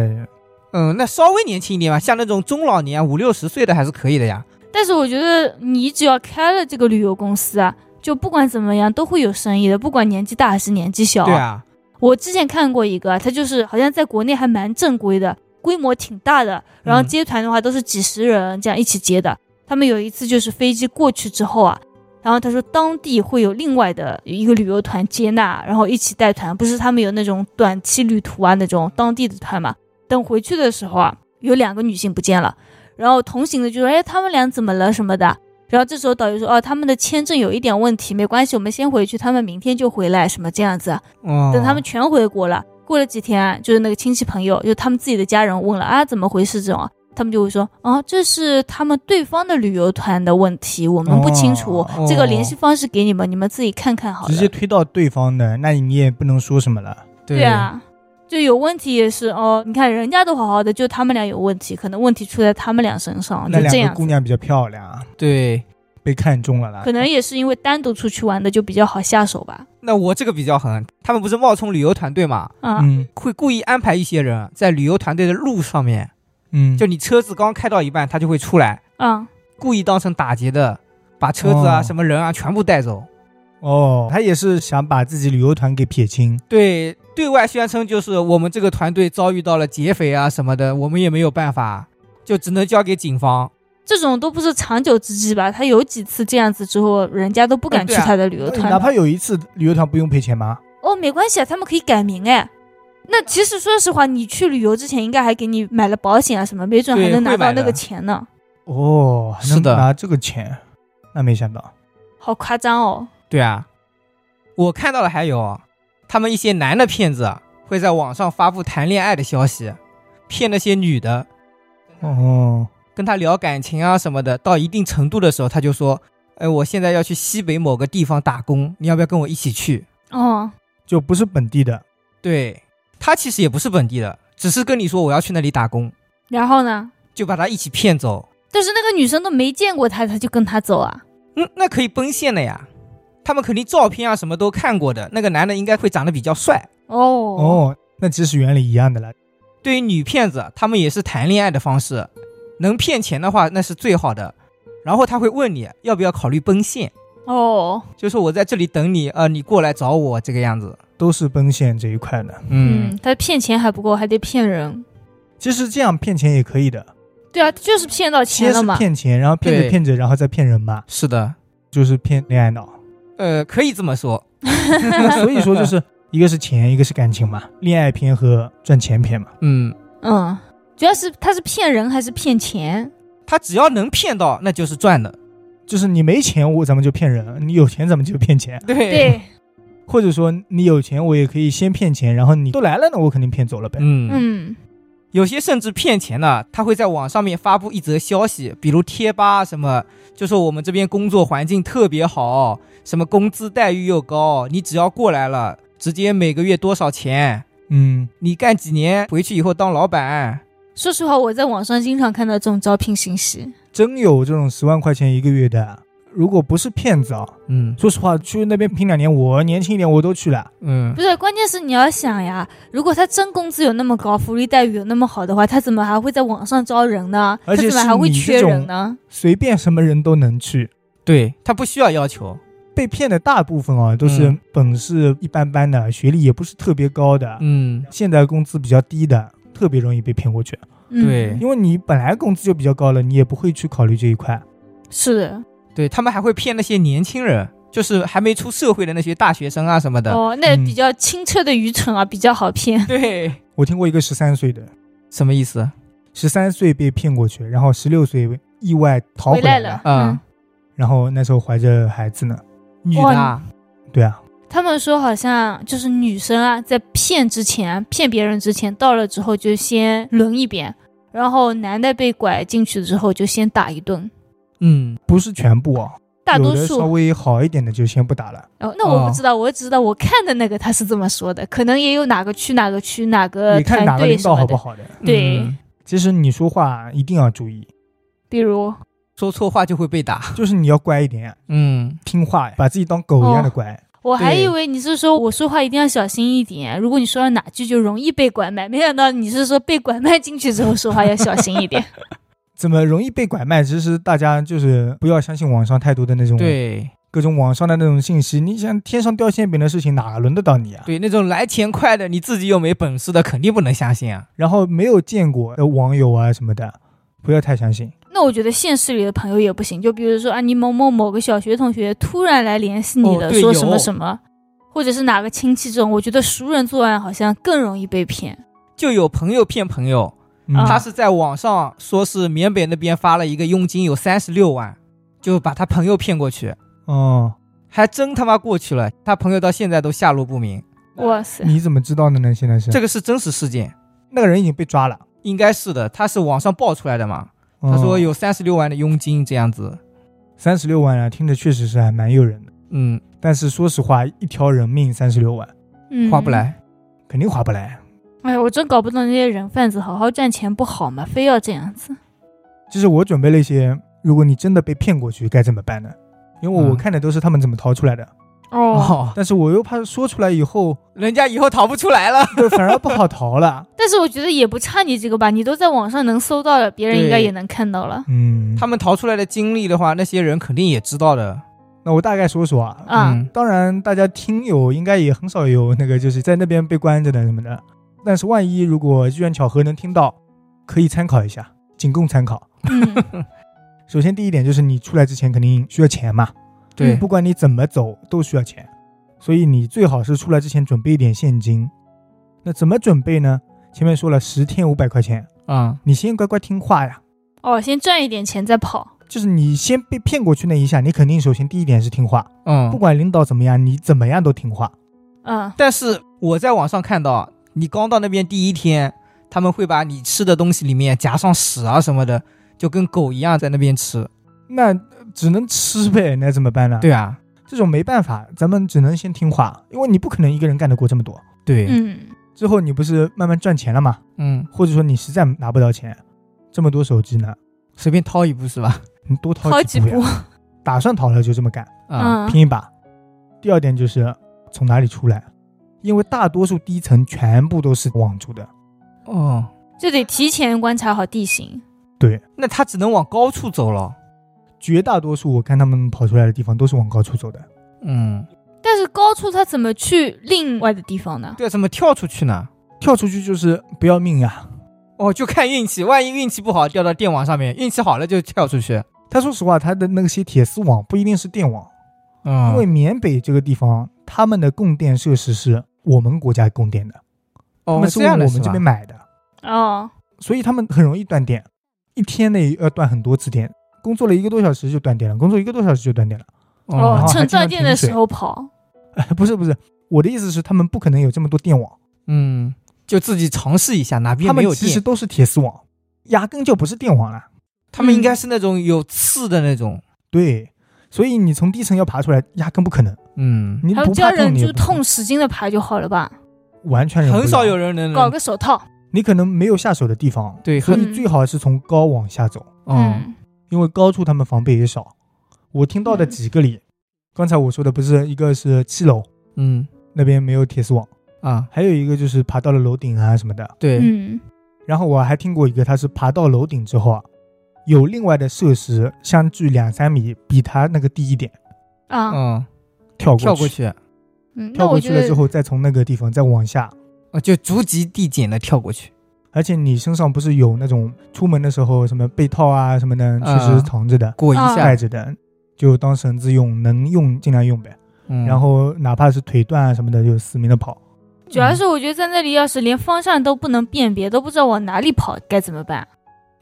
Speaker 3: 嗯，那稍微年轻一点吧，像那种中老年啊五六十岁的还是可以的呀。
Speaker 2: 但是我觉得你只要开了这个旅游公司啊，就不管怎么样都会有生意的，不管年纪大还是年纪小。
Speaker 3: 对啊，
Speaker 2: 我之前看过一个，啊他就是好像在国内还蛮正规的，规模挺大的，然后
Speaker 3: 嗯
Speaker 2: 接团的话都是几十人这样一起接的。他们有一次就是飞机过去之后啊，然后他说当地会有另外的一个旅游团接纳，然后一起带团，不是他们有那种短期旅途啊那种当地的团嘛。等回去的时候啊，有两个女性不见了，然后同行的就说：“哎，他们俩怎么了什么的。”然后这时候导游说：“哦，他们的签证有一点问题，没关系，我们先回去，他们明天就回来，什么这样子。”啊
Speaker 3: 哦，
Speaker 2: 等他们全回国了，过了几天，就是那个亲戚朋友，就是他们自己的家人问了啊，怎么回事这种啊，他们就会说，哦，这是他们对方的旅游团的问题，我们不清楚，
Speaker 1: 哦
Speaker 2: 这个联系方式给你们，你们自己看看好了
Speaker 1: 直。接推到对方的，那你也不能说什么了。
Speaker 2: 对，啊，就有问题也是哦，你看人家都好好的，就他们俩有问题，可能问题出在他们俩身哦上，就
Speaker 1: 那
Speaker 2: 这
Speaker 1: 两
Speaker 2: 样
Speaker 1: 个姑
Speaker 2: 子。
Speaker 1: 娘比较漂亮，
Speaker 3: 对。
Speaker 1: 被看中了啦
Speaker 2: 可。能也是因为单独出去玩的就比较好下手吧。
Speaker 3: 那我这个比较狠，他们不是冒充旅游团队嘛，
Speaker 2: 啊，
Speaker 1: 嗯
Speaker 3: 会故意安排一些人在旅游团队的路上面，
Speaker 1: 嗯，
Speaker 3: 就你车子刚开到一半，他就会出来，
Speaker 2: 嗯，
Speaker 3: 故意当成打劫的，把车子啊、
Speaker 1: 哦
Speaker 3: 什么人啊全部带走。
Speaker 1: 哦，他也是想把自己旅游团给撇清。
Speaker 3: 对，对外宣称就是我们这个团队遭遇到了劫匪啊什么的，我们也没有办法，就只能交给警方。
Speaker 2: 这种都不是长久之计吧？他有几次这样子之后，人家都
Speaker 1: 哦
Speaker 2: 不敢
Speaker 3: 嗯
Speaker 2: 去
Speaker 3: 对啊
Speaker 2: 他的旅游团了。
Speaker 1: 哪怕有一次旅游团不用赔钱吗？
Speaker 2: 哦，没关系啊，他们可以改名哎。那其实说实话，你去旅游之前应该还给你买了保险啊什么，没准还
Speaker 3: 对
Speaker 2: 能拿
Speaker 3: 会
Speaker 2: 到
Speaker 3: 买
Speaker 2: 那
Speaker 3: 的
Speaker 2: 个钱呢，
Speaker 1: 哦，还能
Speaker 3: 是的
Speaker 1: 拿这个钱，那没想到。
Speaker 2: 好夸张哦。
Speaker 3: 对啊，我看到了，还有他们一些男的骗子会在网上发布谈恋爱的消息，骗那些女的，
Speaker 1: 哦，
Speaker 3: 跟他聊感情啊什么的。到一定程度的时候，他就说：“哎，我现在要去西北某个地方打工，你要不要跟我一起去
Speaker 2: 哦，
Speaker 1: 就不是本地的，？”
Speaker 3: 对他其实也不是本地的，只是跟你说我要去那里打工，
Speaker 2: 然后呢？
Speaker 3: 就把他一起骗走。
Speaker 2: 但是那个女生都没见过他，他就跟他走啊？
Speaker 3: 嗯，那可以奔现的呀。他们肯定照片啊什么都看过的，那个男的应该会长得比较帅。
Speaker 2: 哦
Speaker 1: 哦，那其实原理一样的了。
Speaker 3: 对于女骗子，他们也是谈恋爱的方式，能骗钱的话那是最好的。然后他会问你要不要考虑奔现，
Speaker 2: 哦，
Speaker 3: 就说我在这里等你，呃，你过来找我这个样子。嗯
Speaker 1: 都是奔现这一块的，
Speaker 2: 嗯，他骗钱还不够，还得骗人。
Speaker 1: 其实这样骗钱也可以的，
Speaker 2: 对啊，就是骗到钱
Speaker 1: 先
Speaker 2: 了
Speaker 1: 是
Speaker 2: 嘛。
Speaker 1: 骗钱，然后骗着
Speaker 3: 对
Speaker 1: 骗着，然后再骗人嘛，
Speaker 3: 是的，
Speaker 1: 就是骗恋爱脑。
Speaker 3: 呃，可以这么说。
Speaker 1: 所以说，就是一个是钱，一个是感情嘛，恋爱篇和赚钱篇嘛。
Speaker 3: 嗯，
Speaker 2: 嗯，主要是他是骗人还是骗钱？
Speaker 3: 他只要能骗到，那就是赚的。
Speaker 1: 就是你没钱，我咱们就骗人；你有钱，咱们就骗钱。
Speaker 3: 对，
Speaker 2: 对，
Speaker 1: 或者说你有钱，我也可以先骗钱，然后你都来了呢，我肯定骗走了呗。
Speaker 3: 嗯
Speaker 2: 嗯，
Speaker 3: 有些甚至骗钱呢，他会在网上面发布一则消息，比如贴吧什么，就说我们这边工作环境特别好，什么工资待遇又高，你只要过来了，直接每个月多少钱，
Speaker 1: 嗯，
Speaker 3: 你干几年回去以后当老板。
Speaker 2: 说实话，我在网上经常看到这种招聘信息。
Speaker 1: 真有这种十万块钱一个月的，如果不是骗子啊，
Speaker 3: 嗯
Speaker 1: 说实话，去那边拼两年，我年轻一点我都去了。
Speaker 3: 嗯
Speaker 2: 不，是，关键是你要想呀，如果他真工资有那么高，福利待遇有那么好的话，他怎么还会在网上招人呢？
Speaker 1: 而且
Speaker 2: 他怎么还会缺人呢？
Speaker 1: 随便什么人都能去。
Speaker 3: 对他不需要要求，
Speaker 1: 被骗的大部分啊，都是
Speaker 3: 嗯
Speaker 1: 本事一般般的，学历也不是特别高的，
Speaker 3: 嗯
Speaker 1: 现在工资比较低的，特别容易被骗过去。
Speaker 2: 嗯
Speaker 3: 对
Speaker 1: 因为你本来工资就比较高了，你也不会去考虑这一块。
Speaker 2: 是的。
Speaker 3: 对他们还会骗那些年轻人，就是还没出社会的那些大学生啊什么的。
Speaker 2: 哦，那
Speaker 1: 嗯
Speaker 2: 比较清澈的愚蠢啊，比较好骗。
Speaker 3: 对，
Speaker 1: 我听过一个十三岁的，
Speaker 3: 什么意思？
Speaker 1: 十三岁被骗过去，然后十六岁意外逃
Speaker 2: 回
Speaker 1: 回来
Speaker 2: 来了，
Speaker 3: 嗯
Speaker 1: 然后那时候怀着孩子呢。
Speaker 3: 女的啊，
Speaker 1: 对啊，
Speaker 2: 他们说好像就是女生啊，在骗之前，骗别人之前，到了之后就先轮一遍，然后男的被拐进去之后就先打一顿，
Speaker 3: 嗯，
Speaker 1: 不是全部啊，
Speaker 2: 大
Speaker 1: 有
Speaker 2: 多
Speaker 1: 的稍
Speaker 2: 数。
Speaker 1: 微啊好一点的就先不打了。
Speaker 2: 哦，那我
Speaker 3: 哦
Speaker 2: 不知道，我只知道我看的那个他是这么说的，可能也有哪个区哪个区哪个
Speaker 1: 你看哪
Speaker 2: 呃团
Speaker 1: 个
Speaker 2: 队
Speaker 1: 领
Speaker 2: 什
Speaker 1: 导
Speaker 2: 么
Speaker 1: 好不
Speaker 2: 的。
Speaker 1: 好的。
Speaker 2: 对
Speaker 3: 嗯
Speaker 1: 其实你说话一定要注意，
Speaker 2: 比如，
Speaker 3: 说错话就会被打。
Speaker 1: 就是你要乖一点，啊
Speaker 3: 嗯，
Speaker 1: 听话，把自己当狗一样的乖。
Speaker 2: 我还
Speaker 3: 对
Speaker 2: 以为你是说我说话一定要小心一点，如果你说到哪句就容易被拐卖，没想到你是说被拐卖进去之后说话要小心一点。
Speaker 1: 怎么容易被拐卖？其实大家就是不要相信网上太多的那种
Speaker 3: 对
Speaker 1: 各种网上的那种信息。你想天上掉馅饼的事情，哪轮得到你啊？
Speaker 3: 对，那种来钱快的，你自己又没本事的，肯定不能相信啊。
Speaker 1: 然后没有见过的网友啊什么的，不要太相信。
Speaker 2: 那我觉得现实里的朋友也不行，就比如说啊，你某某某个小学同学突然来联系你
Speaker 3: 哦
Speaker 2: 了，
Speaker 3: 对
Speaker 2: 说什么
Speaker 3: 有
Speaker 2: 什么，或者是哪个亲戚这种，我觉得熟人作案好像更容易被骗。
Speaker 3: 就有朋友骗朋友，
Speaker 1: 嗯
Speaker 2: 啊
Speaker 3: 他是在网上说是缅北那边发了一个佣金有三十六万，就把他朋友骗过去，
Speaker 1: 哦，
Speaker 3: 还真他妈过去了。他朋友到现在都下落不明，
Speaker 2: 哇塞，
Speaker 1: 你怎么知道的呢？现在是
Speaker 3: 这个是真实事件，
Speaker 1: 那个人已经被抓了。
Speaker 3: 应该是的，他是网上爆出来的嘛。
Speaker 1: 哦
Speaker 3: 他说有三十六万的佣金这样子，
Speaker 1: 三十六万啊，听着确实是还蛮诱人的。
Speaker 3: 嗯，
Speaker 1: 但是说实话，一条人命三十六万，
Speaker 2: 嗯，
Speaker 3: 划不。来。
Speaker 1: 肯定划不来。啊
Speaker 2: 哎呀，我真搞不懂那些人贩子，好好赚钱不好吗？非要这样子。
Speaker 1: 就是我准备了一些，如果你真的被骗过去该怎么办呢？因为我
Speaker 3: 嗯
Speaker 1: 看的都是他们怎么逃出来的，
Speaker 2: 哦，
Speaker 3: 哦，
Speaker 1: 但是我又怕说出来以后，
Speaker 3: 人家以后逃不出来了。
Speaker 1: 对反而不好逃了。
Speaker 2: 但是我觉得也不差你这个吧，你都在网上能搜到了，别人
Speaker 3: 对
Speaker 2: 应该也能看到了。
Speaker 1: 嗯，
Speaker 3: 他们逃出来的经历的话，那些人肯定也知道的。
Speaker 1: 那我大概说说啊。
Speaker 2: 啊
Speaker 3: 嗯
Speaker 1: 当然，大家听友应该也很少有那个就是在那边被关着的什么的，但是万一如果机缘巧合能听到，可以参考一下，仅供参考。
Speaker 2: 嗯，
Speaker 1: 首先第一点就是你出来之前肯定需要钱嘛，
Speaker 3: 对，
Speaker 1: 不管你怎么走都需要钱，所以你最好是出来之前准备一点现金。那怎么准备呢？前面说了，十天五百块钱，
Speaker 2: 嗯
Speaker 3: 啊、
Speaker 1: 你先乖乖听话呀。
Speaker 2: 哦，先赚一点钱再跑。
Speaker 1: 就是你先被骗过去那一下，你肯定首先第一点是听话，
Speaker 3: 嗯，
Speaker 1: 不管领导怎么样，你怎么样都听话。
Speaker 2: 嗯，
Speaker 3: 但是我在网上看到，你刚到那边第一天，他们会把你吃的东西里面夹上屎啊什么的，就跟狗一样在那边吃。
Speaker 1: 那只能吃呗，那怎么办呢？，
Speaker 3: 对啊，
Speaker 1: 这种没办法，咱们只能先听话，因为你不可能一个人干得过这么多。
Speaker 3: 对，
Speaker 2: 嗯，
Speaker 1: 之后你不是慢慢赚钱了嘛，
Speaker 3: 嗯
Speaker 1: 或者说你实在拿不到钱，这么多手机呢，
Speaker 3: 随便掏一步 是吧？
Speaker 1: 你多
Speaker 2: 掏
Speaker 1: 掏几
Speaker 2: 几
Speaker 1: 步呀
Speaker 2: 步。
Speaker 1: 打算逃了就这么干，
Speaker 2: 嗯，
Speaker 3: 啊、
Speaker 1: 拼一把。第二点就是从哪里出来，因为大多数低层全部都是网住的，
Speaker 3: 哦，
Speaker 2: 就得提前观察好地形。
Speaker 3: 那他只能往高处走了。
Speaker 1: 绝大多数我看他们跑出来的地方都是往高处走的。
Speaker 3: 嗯，
Speaker 2: 但是高处它怎么去另外的地方呢？
Speaker 3: 对啊，怎么跳出去呢？
Speaker 1: 跳出去就是不要命呀、
Speaker 3: 哦，就看运气，万一运气不好掉到电网上面，运气好了就跳出去。
Speaker 1: 他说实话，他的那些铁丝网不一定是电网，
Speaker 3: 嗯，
Speaker 1: 因为缅北这个地方，他们的供电设施是我们国家供电的，他
Speaker 3: 哦
Speaker 1: 们
Speaker 3: 这
Speaker 1: 为我
Speaker 3: 样的
Speaker 1: 们
Speaker 3: 是吧
Speaker 1: 这边买的，
Speaker 2: 哦，
Speaker 1: 所以他们很容易断电，一天内要断很多次电，工作了一个多小时就断电了，工作一个多小时就断电了。 然后，
Speaker 2: 哦
Speaker 1: 还
Speaker 2: 趁
Speaker 1: 经常
Speaker 2: 断电的
Speaker 1: 停水
Speaker 2: 时候跑。
Speaker 1: 哎，不是不是，我的意思是他们不可能有这么多电网，
Speaker 3: 嗯，就自己尝试一下哪
Speaker 1: 他
Speaker 3: 边没
Speaker 1: 们
Speaker 3: 有
Speaker 1: 其实
Speaker 3: 电。
Speaker 1: 都是铁丝网，压根就不是电网了。
Speaker 3: 他们应
Speaker 1: 嗯
Speaker 3: 该是那种有刺的那种。
Speaker 1: 对，所以你从低层要爬出来，压根不可能，
Speaker 3: 嗯，
Speaker 1: 你
Speaker 2: 还有
Speaker 1: 不
Speaker 2: 只要
Speaker 1: 怕痛
Speaker 2: 忍
Speaker 1: 你也
Speaker 2: 住
Speaker 1: 不痛
Speaker 2: 痛，，使劲的爬就好了吧？
Speaker 1: 完全哎忍不
Speaker 3: 很少
Speaker 1: 了
Speaker 3: 有人能
Speaker 2: 搞个嗯手套。
Speaker 1: 你可能没有下手的地方，
Speaker 3: 对，
Speaker 1: 所
Speaker 3: 很
Speaker 1: 以最好是从高往下走，
Speaker 3: 嗯
Speaker 2: 嗯，
Speaker 1: 因为高处他们防备也少。我听到的几个里，刚才我说的不是一个是七楼
Speaker 3: 嗯
Speaker 1: 那边没有铁丝网，
Speaker 3: 啊，
Speaker 1: 还有一个就是爬到了楼顶啊什么的。
Speaker 3: 对，
Speaker 2: 嗯
Speaker 1: 然后我还听过一个，他是爬到楼顶之后啊，有另外的设施相距两三米，比他那个低一点
Speaker 2: 啊，
Speaker 3: 嗯，
Speaker 1: 跳过
Speaker 3: 跳过
Speaker 1: 去，
Speaker 3: 去，
Speaker 2: 嗯，那
Speaker 1: 跳
Speaker 2: 我
Speaker 1: 过
Speaker 2: 觉
Speaker 1: 去了之
Speaker 2: 得
Speaker 1: 后再从那个地方再往下。
Speaker 3: 呃，就逐级递减的跳过去。
Speaker 1: 而且你身上不是有那种出门的时候什么被套啊什么的，
Speaker 3: 啊
Speaker 1: 确实是藏着的、
Speaker 3: 裹一下
Speaker 2: 啊
Speaker 1: 带，着的，就当绳子用，能用尽量用呗。
Speaker 3: 嗯
Speaker 1: 然后哪怕是腿断啊什么的，就死命的跑。嗯
Speaker 2: 主要是我觉得在那里要是连方向都不能辨别，都不知道往哪里跑该怎么办。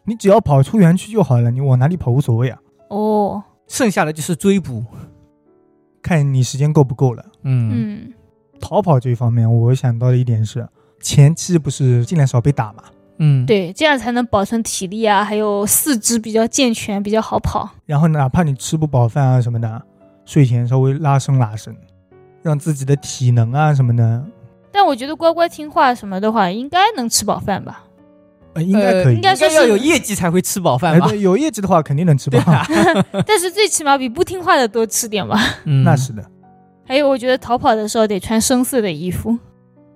Speaker 1: 你只要跑出园区就好了，你往哪里跑无所谓啊，
Speaker 2: 哦，
Speaker 3: 剩下的就是追捕。
Speaker 1: 看你时间够不够了。
Speaker 3: 嗯
Speaker 2: 嗯
Speaker 1: 逃跑这一方面，我想到的一点是，前期不是尽量少被打嘛，
Speaker 3: 嗯，，
Speaker 2: 对，这样才能保存体力啊，还有四肢比较健全，比较好跑。
Speaker 1: 然后哪怕你吃不饱饭啊什么的，睡前稍微拉伸拉伸，让自己的体能啊什么的，
Speaker 2: 但我觉得乖乖听话什么的话，应该能吃饱饭 吧？
Speaker 1: 呃，应该可以。
Speaker 2: 应该
Speaker 3: 应该
Speaker 2: 说
Speaker 3: 要
Speaker 2: 是
Speaker 3: 有业绩才会吃饱
Speaker 1: 哎
Speaker 3: 饭，吧？
Speaker 1: 对，有业绩的话肯定能 吃饱，
Speaker 2: 啊但是最起码比不听话的多吃点吧。
Speaker 3: 嗯
Speaker 1: 那是的。
Speaker 2: 还有，我觉得逃跑的时候得穿深色的衣服。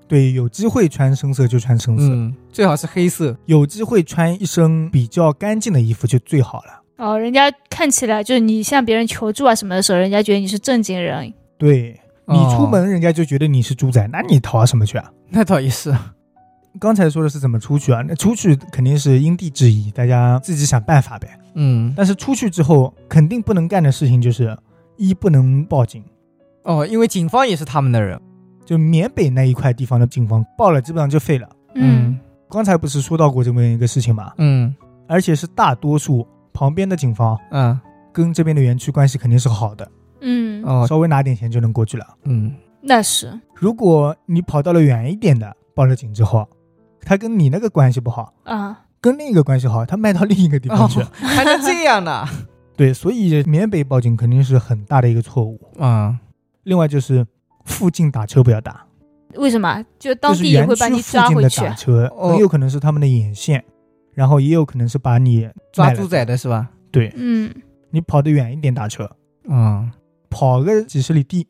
Speaker 1: 对，有机会穿深色就穿深色，
Speaker 3: 嗯，最好是黑色。
Speaker 1: 有机会穿一身比较干净的衣服就最好了。
Speaker 2: 哦，人家看起来就是你向别人求助啊什么的时候，人家觉得你是正经人。
Speaker 1: 对你
Speaker 3: 哦
Speaker 1: 出门，人家就觉得你是猪仔，那你逃什么去啊？
Speaker 3: 那倒也是，
Speaker 1: 刚才说的是怎么出去啊？那出去肯定是因地制宜，大家自己想办法呗。
Speaker 3: 嗯，
Speaker 1: 但是出去之后，肯定不能干的事情就是一不能报警，
Speaker 3: 哦，因为警方也是他们的人。
Speaker 1: 就缅北那一块地方的警方报了，基本上就废了。
Speaker 2: 嗯，
Speaker 1: 刚才不是说到过这么一个事情吗？
Speaker 3: 嗯
Speaker 1: 而且是大多数旁边的警方
Speaker 3: 嗯
Speaker 1: 跟这边的园区关系肯定是好的，
Speaker 2: 嗯，
Speaker 3: 哦
Speaker 1: 稍微拿点钱就能过去了。
Speaker 3: 嗯
Speaker 2: 那是
Speaker 1: 如果你跑到了远一点的，报了警之后，他跟你那个关系不好，
Speaker 2: 啊，
Speaker 1: 跟另一个关系好，他卖到另一个地
Speaker 3: 哦
Speaker 1: 方去。，
Speaker 3: 还能这样呢？
Speaker 1: 对，所以缅北报警肯定是很大的一个错误。
Speaker 3: 嗯，
Speaker 1: 另外就是附近打车不要打，
Speaker 2: 为什么？就当
Speaker 1: 就是
Speaker 2: 地也
Speaker 1: 园
Speaker 2: 会把
Speaker 1: 区
Speaker 2: 你
Speaker 1: 附
Speaker 2: 抓
Speaker 1: 近
Speaker 2: 回
Speaker 1: 的
Speaker 2: 去
Speaker 1: 打。车，
Speaker 3: 哦
Speaker 1: 很有可能是他们的眼线，然后也有可能是把你
Speaker 3: 抓
Speaker 1: 卖了
Speaker 3: 猪仔的是吧？
Speaker 1: 对
Speaker 2: 嗯，
Speaker 1: 你跑得远一点打车，
Speaker 3: 嗯
Speaker 1: 跑个几十里地，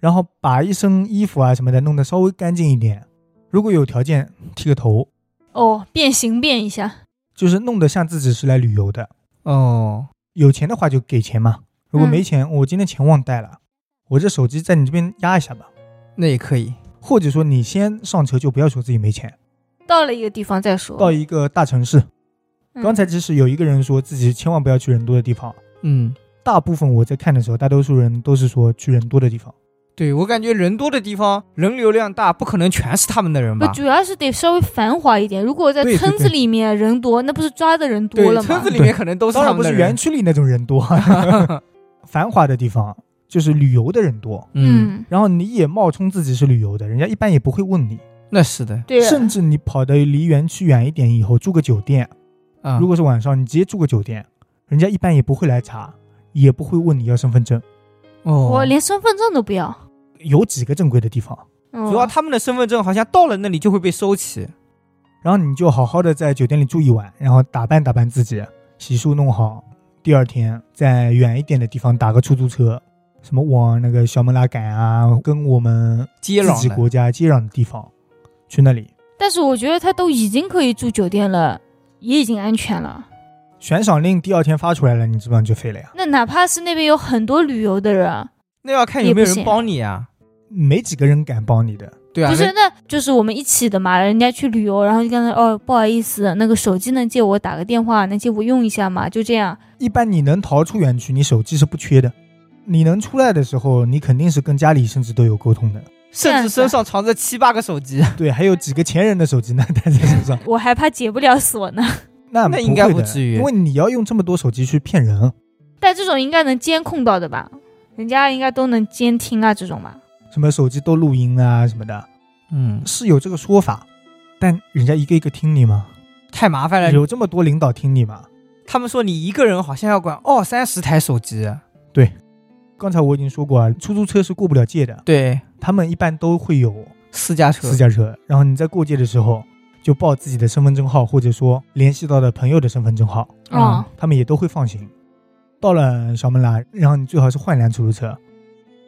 Speaker 1: 然后把一身衣服啊什么的弄得稍微干净一点。如果有条件，剃个头，
Speaker 2: 哦，变形变一下。
Speaker 1: 就是弄得像自己是来旅游的。
Speaker 3: 哦，
Speaker 1: 有钱的话就给钱嘛，如果
Speaker 2: 嗯
Speaker 1: 没钱，我今天钱忘带了，我这手机在你这边压一下吧。
Speaker 3: 那也可以。
Speaker 1: 或者说你先上车，就不要说自己没钱。
Speaker 2: 到了一个地方再
Speaker 3: 哦
Speaker 2: 说。
Speaker 1: 到一个大城市，
Speaker 2: 嗯
Speaker 1: 刚才其实有一个人说自己千万不要去人多的地方，
Speaker 3: 嗯，
Speaker 1: 大部分我在看的时候，大多数人都是说去人多的地方。
Speaker 3: 对我感觉人多的地方，人流量大，不可能全是他们的人
Speaker 2: 不
Speaker 3: 吧？
Speaker 2: 主要是得稍微繁华一点。如果在
Speaker 1: 对对
Speaker 2: 村子
Speaker 1: 对
Speaker 2: 里面人多，那不是抓的人
Speaker 3: 对
Speaker 2: 多，了
Speaker 3: 村
Speaker 2: 吗
Speaker 3: 子？里面可能都是
Speaker 1: 当
Speaker 3: 他
Speaker 1: 然
Speaker 3: 们
Speaker 1: 不
Speaker 3: 的
Speaker 1: 是园
Speaker 3: 人。
Speaker 1: 区里那种人 多，繁华的地方就是旅游的人多。
Speaker 3: 嗯，，
Speaker 1: 然后你也冒充自己是旅游的，人家一般也不会问你。
Speaker 3: 那是的。
Speaker 2: 对啊。
Speaker 1: 甚至你跑得离园区远一点以后，住个酒店，
Speaker 3: 啊，
Speaker 1: 如果是晚上，你直接住个酒店，人家一般也不会来查，也不会问你要身份证。
Speaker 3: 哦
Speaker 2: 我，连身份证都不要。嗯
Speaker 1: 有几个正规的地方，
Speaker 2: 主
Speaker 3: 主要他们的身份证好像到了那里就会被收起。
Speaker 1: 然后你就好好的在酒店里住一晚，然后打扮打扮自己，洗漱弄好，第二天在远一点的地方打个出租车，什么往那个小孟拉赶啊，跟我们
Speaker 3: 接
Speaker 1: 自
Speaker 3: 壤
Speaker 1: 己
Speaker 3: 的，
Speaker 1: 国家接壤的地方去那里
Speaker 2: 但是我觉得他都已经可以住酒店了，也已经安全了。
Speaker 1: 悬赏令，第二天发出来了，你基本上就废了呀，
Speaker 2: 那哪怕是那边有很多旅游的人，
Speaker 3: 那要看有没有
Speaker 2: 也不
Speaker 3: 人
Speaker 2: 行
Speaker 3: 帮你啊。
Speaker 1: 没几个人敢帮你的。
Speaker 3: 对啊，
Speaker 2: 不是，
Speaker 3: 那
Speaker 2: 那就是我们一起的嘛。人家去旅游，然后就跟他哦，不好意思，那个手机能借我打个电话，能借我用一下吗？就这样。
Speaker 1: 一般你能逃出园区，你手机是不缺的。你能出来的时候，你肯定是跟家里甚至都有沟通的。
Speaker 3: 甚至身上藏着七八个手机，
Speaker 2: 啊
Speaker 1: 对，还有几个前人的手机呢， 带在身 上，
Speaker 2: 我还怕解不了锁呢。
Speaker 1: 那
Speaker 3: 那
Speaker 1: 不
Speaker 3: 应该
Speaker 1: 会
Speaker 3: 不
Speaker 1: 的
Speaker 3: 至于
Speaker 1: 因为你要用这么多手机去骗人，啊
Speaker 2: 但这种应该能监控到的吧？人家应该都能监听啊，这种嘛。
Speaker 1: 什么手机都录音啊什么的，
Speaker 3: 嗯，
Speaker 1: 是有这个说法，但人家一个一个听你吗？
Speaker 3: 太麻烦了。
Speaker 1: 有这么多领导听你吗？
Speaker 3: 他们说你一个人好像要管二三十台手机，
Speaker 1: 刚才我已经说过啊，出租车是过不了界的，
Speaker 3: 对，
Speaker 1: 他们一般都会有
Speaker 3: 私家车
Speaker 1: 私，家车，然后你在过界的时候就报自己的身份证号，或者说联系到的朋友的身份证号，
Speaker 3: 嗯
Speaker 2: 哦，
Speaker 1: 他们也都会放行。到了小门栏，然后你最好是换辆出租车，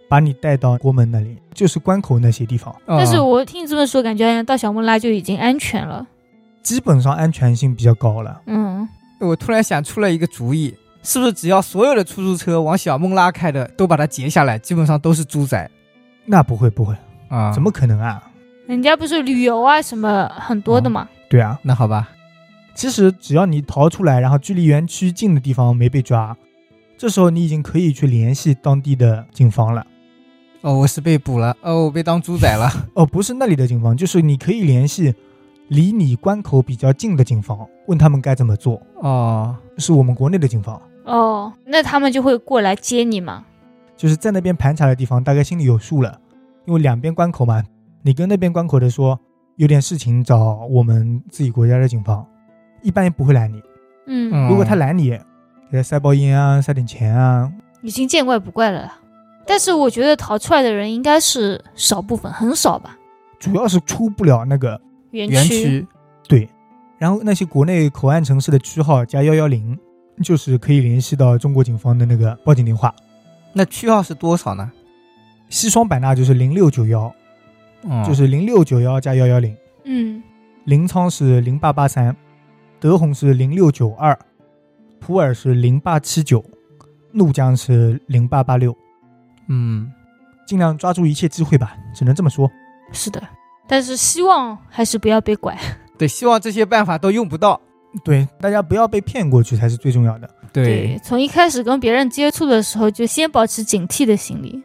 Speaker 1: 把你带到国门那里，就是关口那些地方，
Speaker 2: 但是
Speaker 3: 嗯
Speaker 2: 我听你这么说，感觉好像到小木拉就已经安全了。
Speaker 1: 基本上安全性比较高了。
Speaker 2: 嗯，
Speaker 3: 哎我突然想出了一个主意，是不是只要所有的出租车往小孟拉开的都把它截下来，基本上都是猪仔
Speaker 1: 那不会不会，
Speaker 3: 啊？
Speaker 1: 怎么？可能啊？
Speaker 2: 人家不是旅游啊什么很多
Speaker 3: 嗯
Speaker 2: 的嘛。
Speaker 1: 对啊，
Speaker 3: 那好吧，
Speaker 1: 其实只要你逃出来，然后距离园区近的地方没被抓，这时候你已经可以去联系当地的警方了。
Speaker 3: 哦，我是被捕了，哦，我被当猪仔了。
Speaker 1: 哦，不是那里的警方，就是你可以联系离你关口比较近的警方，问他们该怎么做。
Speaker 3: 哦，
Speaker 1: 是我们国内的警方，
Speaker 2: 哦，那他们就会过来接你嘛。
Speaker 1: 就是在那边盘查的地方，大概心里有数了。因为两边关口嘛，你跟那边关口的说有点事情找我们自己国家的警方，一般也不会拦你。
Speaker 2: 嗯，
Speaker 3: 嗯
Speaker 1: 如果他拦你，给他塞包烟啊，塞点钱啊，
Speaker 2: 已经见怪不怪了啦。但是我觉得逃出来的人应该是少部分，很少吧。
Speaker 1: 主要是出不了那个
Speaker 2: 园
Speaker 3: 园区，
Speaker 1: 对，然后那些国内口岸城市的区号加幺幺零，就是可以联系到中国警方的那个报警电话。
Speaker 3: 那区号是多少呢？
Speaker 1: 西双版纳就是零六九幺，
Speaker 3: 嗯
Speaker 1: 就是零六九幺加幺幺零，
Speaker 2: 嗯，
Speaker 1: 临沧是零八八三，德宏是零六九二，普洱是零八七九，怒江是零八八六，
Speaker 3: 嗯，
Speaker 1: 尽量抓住一切机会吧，只能这么说。
Speaker 2: 是的。但是希望还是不要被拐。
Speaker 3: 对，希望这些办法都用不到。
Speaker 1: 对，大家不要被骗过去才是最重要的。
Speaker 2: 对，，从一开始跟别人接触的时候，就先保持警惕的心理。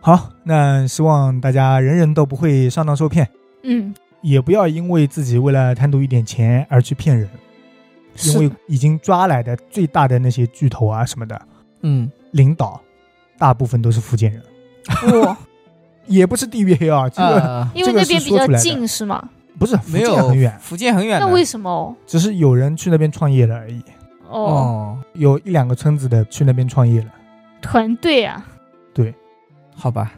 Speaker 1: 好，那希望大家人人都不会上当受骗。
Speaker 2: 嗯，
Speaker 1: 也不要因为自己为了贪图一点钱而去骗人，因
Speaker 2: 是
Speaker 1: 为
Speaker 2: 的
Speaker 1: 已经抓来的最大的那些巨头啊什么的
Speaker 3: 嗯，
Speaker 1: 领导，大部分都是福建人，
Speaker 2: 不，
Speaker 1: 也不是地域黑啊，这个、
Speaker 3: 呃，
Speaker 2: 因为
Speaker 1: 这个
Speaker 2: 那
Speaker 1: 是
Speaker 2: 边比
Speaker 1: 说
Speaker 2: 较
Speaker 1: 出来的
Speaker 2: 近是吗？
Speaker 1: 不是福
Speaker 3: 没
Speaker 1: 建
Speaker 3: 有
Speaker 1: 很远，
Speaker 3: 福建很远的。
Speaker 2: 那为什么哦？
Speaker 1: 只是有人去那边创业了而已，
Speaker 2: 哦，
Speaker 3: 哦，
Speaker 1: 有一两个村子的去那边创业了。
Speaker 2: 团队啊，
Speaker 3: 好吧，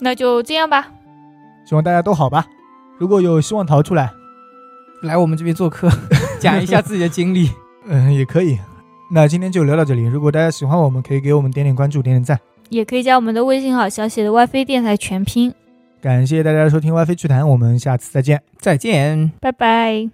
Speaker 2: 那就这样吧。
Speaker 1: 希望大家都好吧。如果有希望逃出来，
Speaker 3: 来我们这边做 客，讲一下自己的经历。
Speaker 1: 嗯，也可以。那今天就聊到这里。如果大家喜欢我们，可以给我们点点关注，点点赞。
Speaker 2: 也可以加我们的微信号“小写的 WiFi 电台全拼
Speaker 1: 感谢大家收听《歪飞趣谈》，我们下次再见。
Speaker 3: 再见。”，
Speaker 2: 拜拜。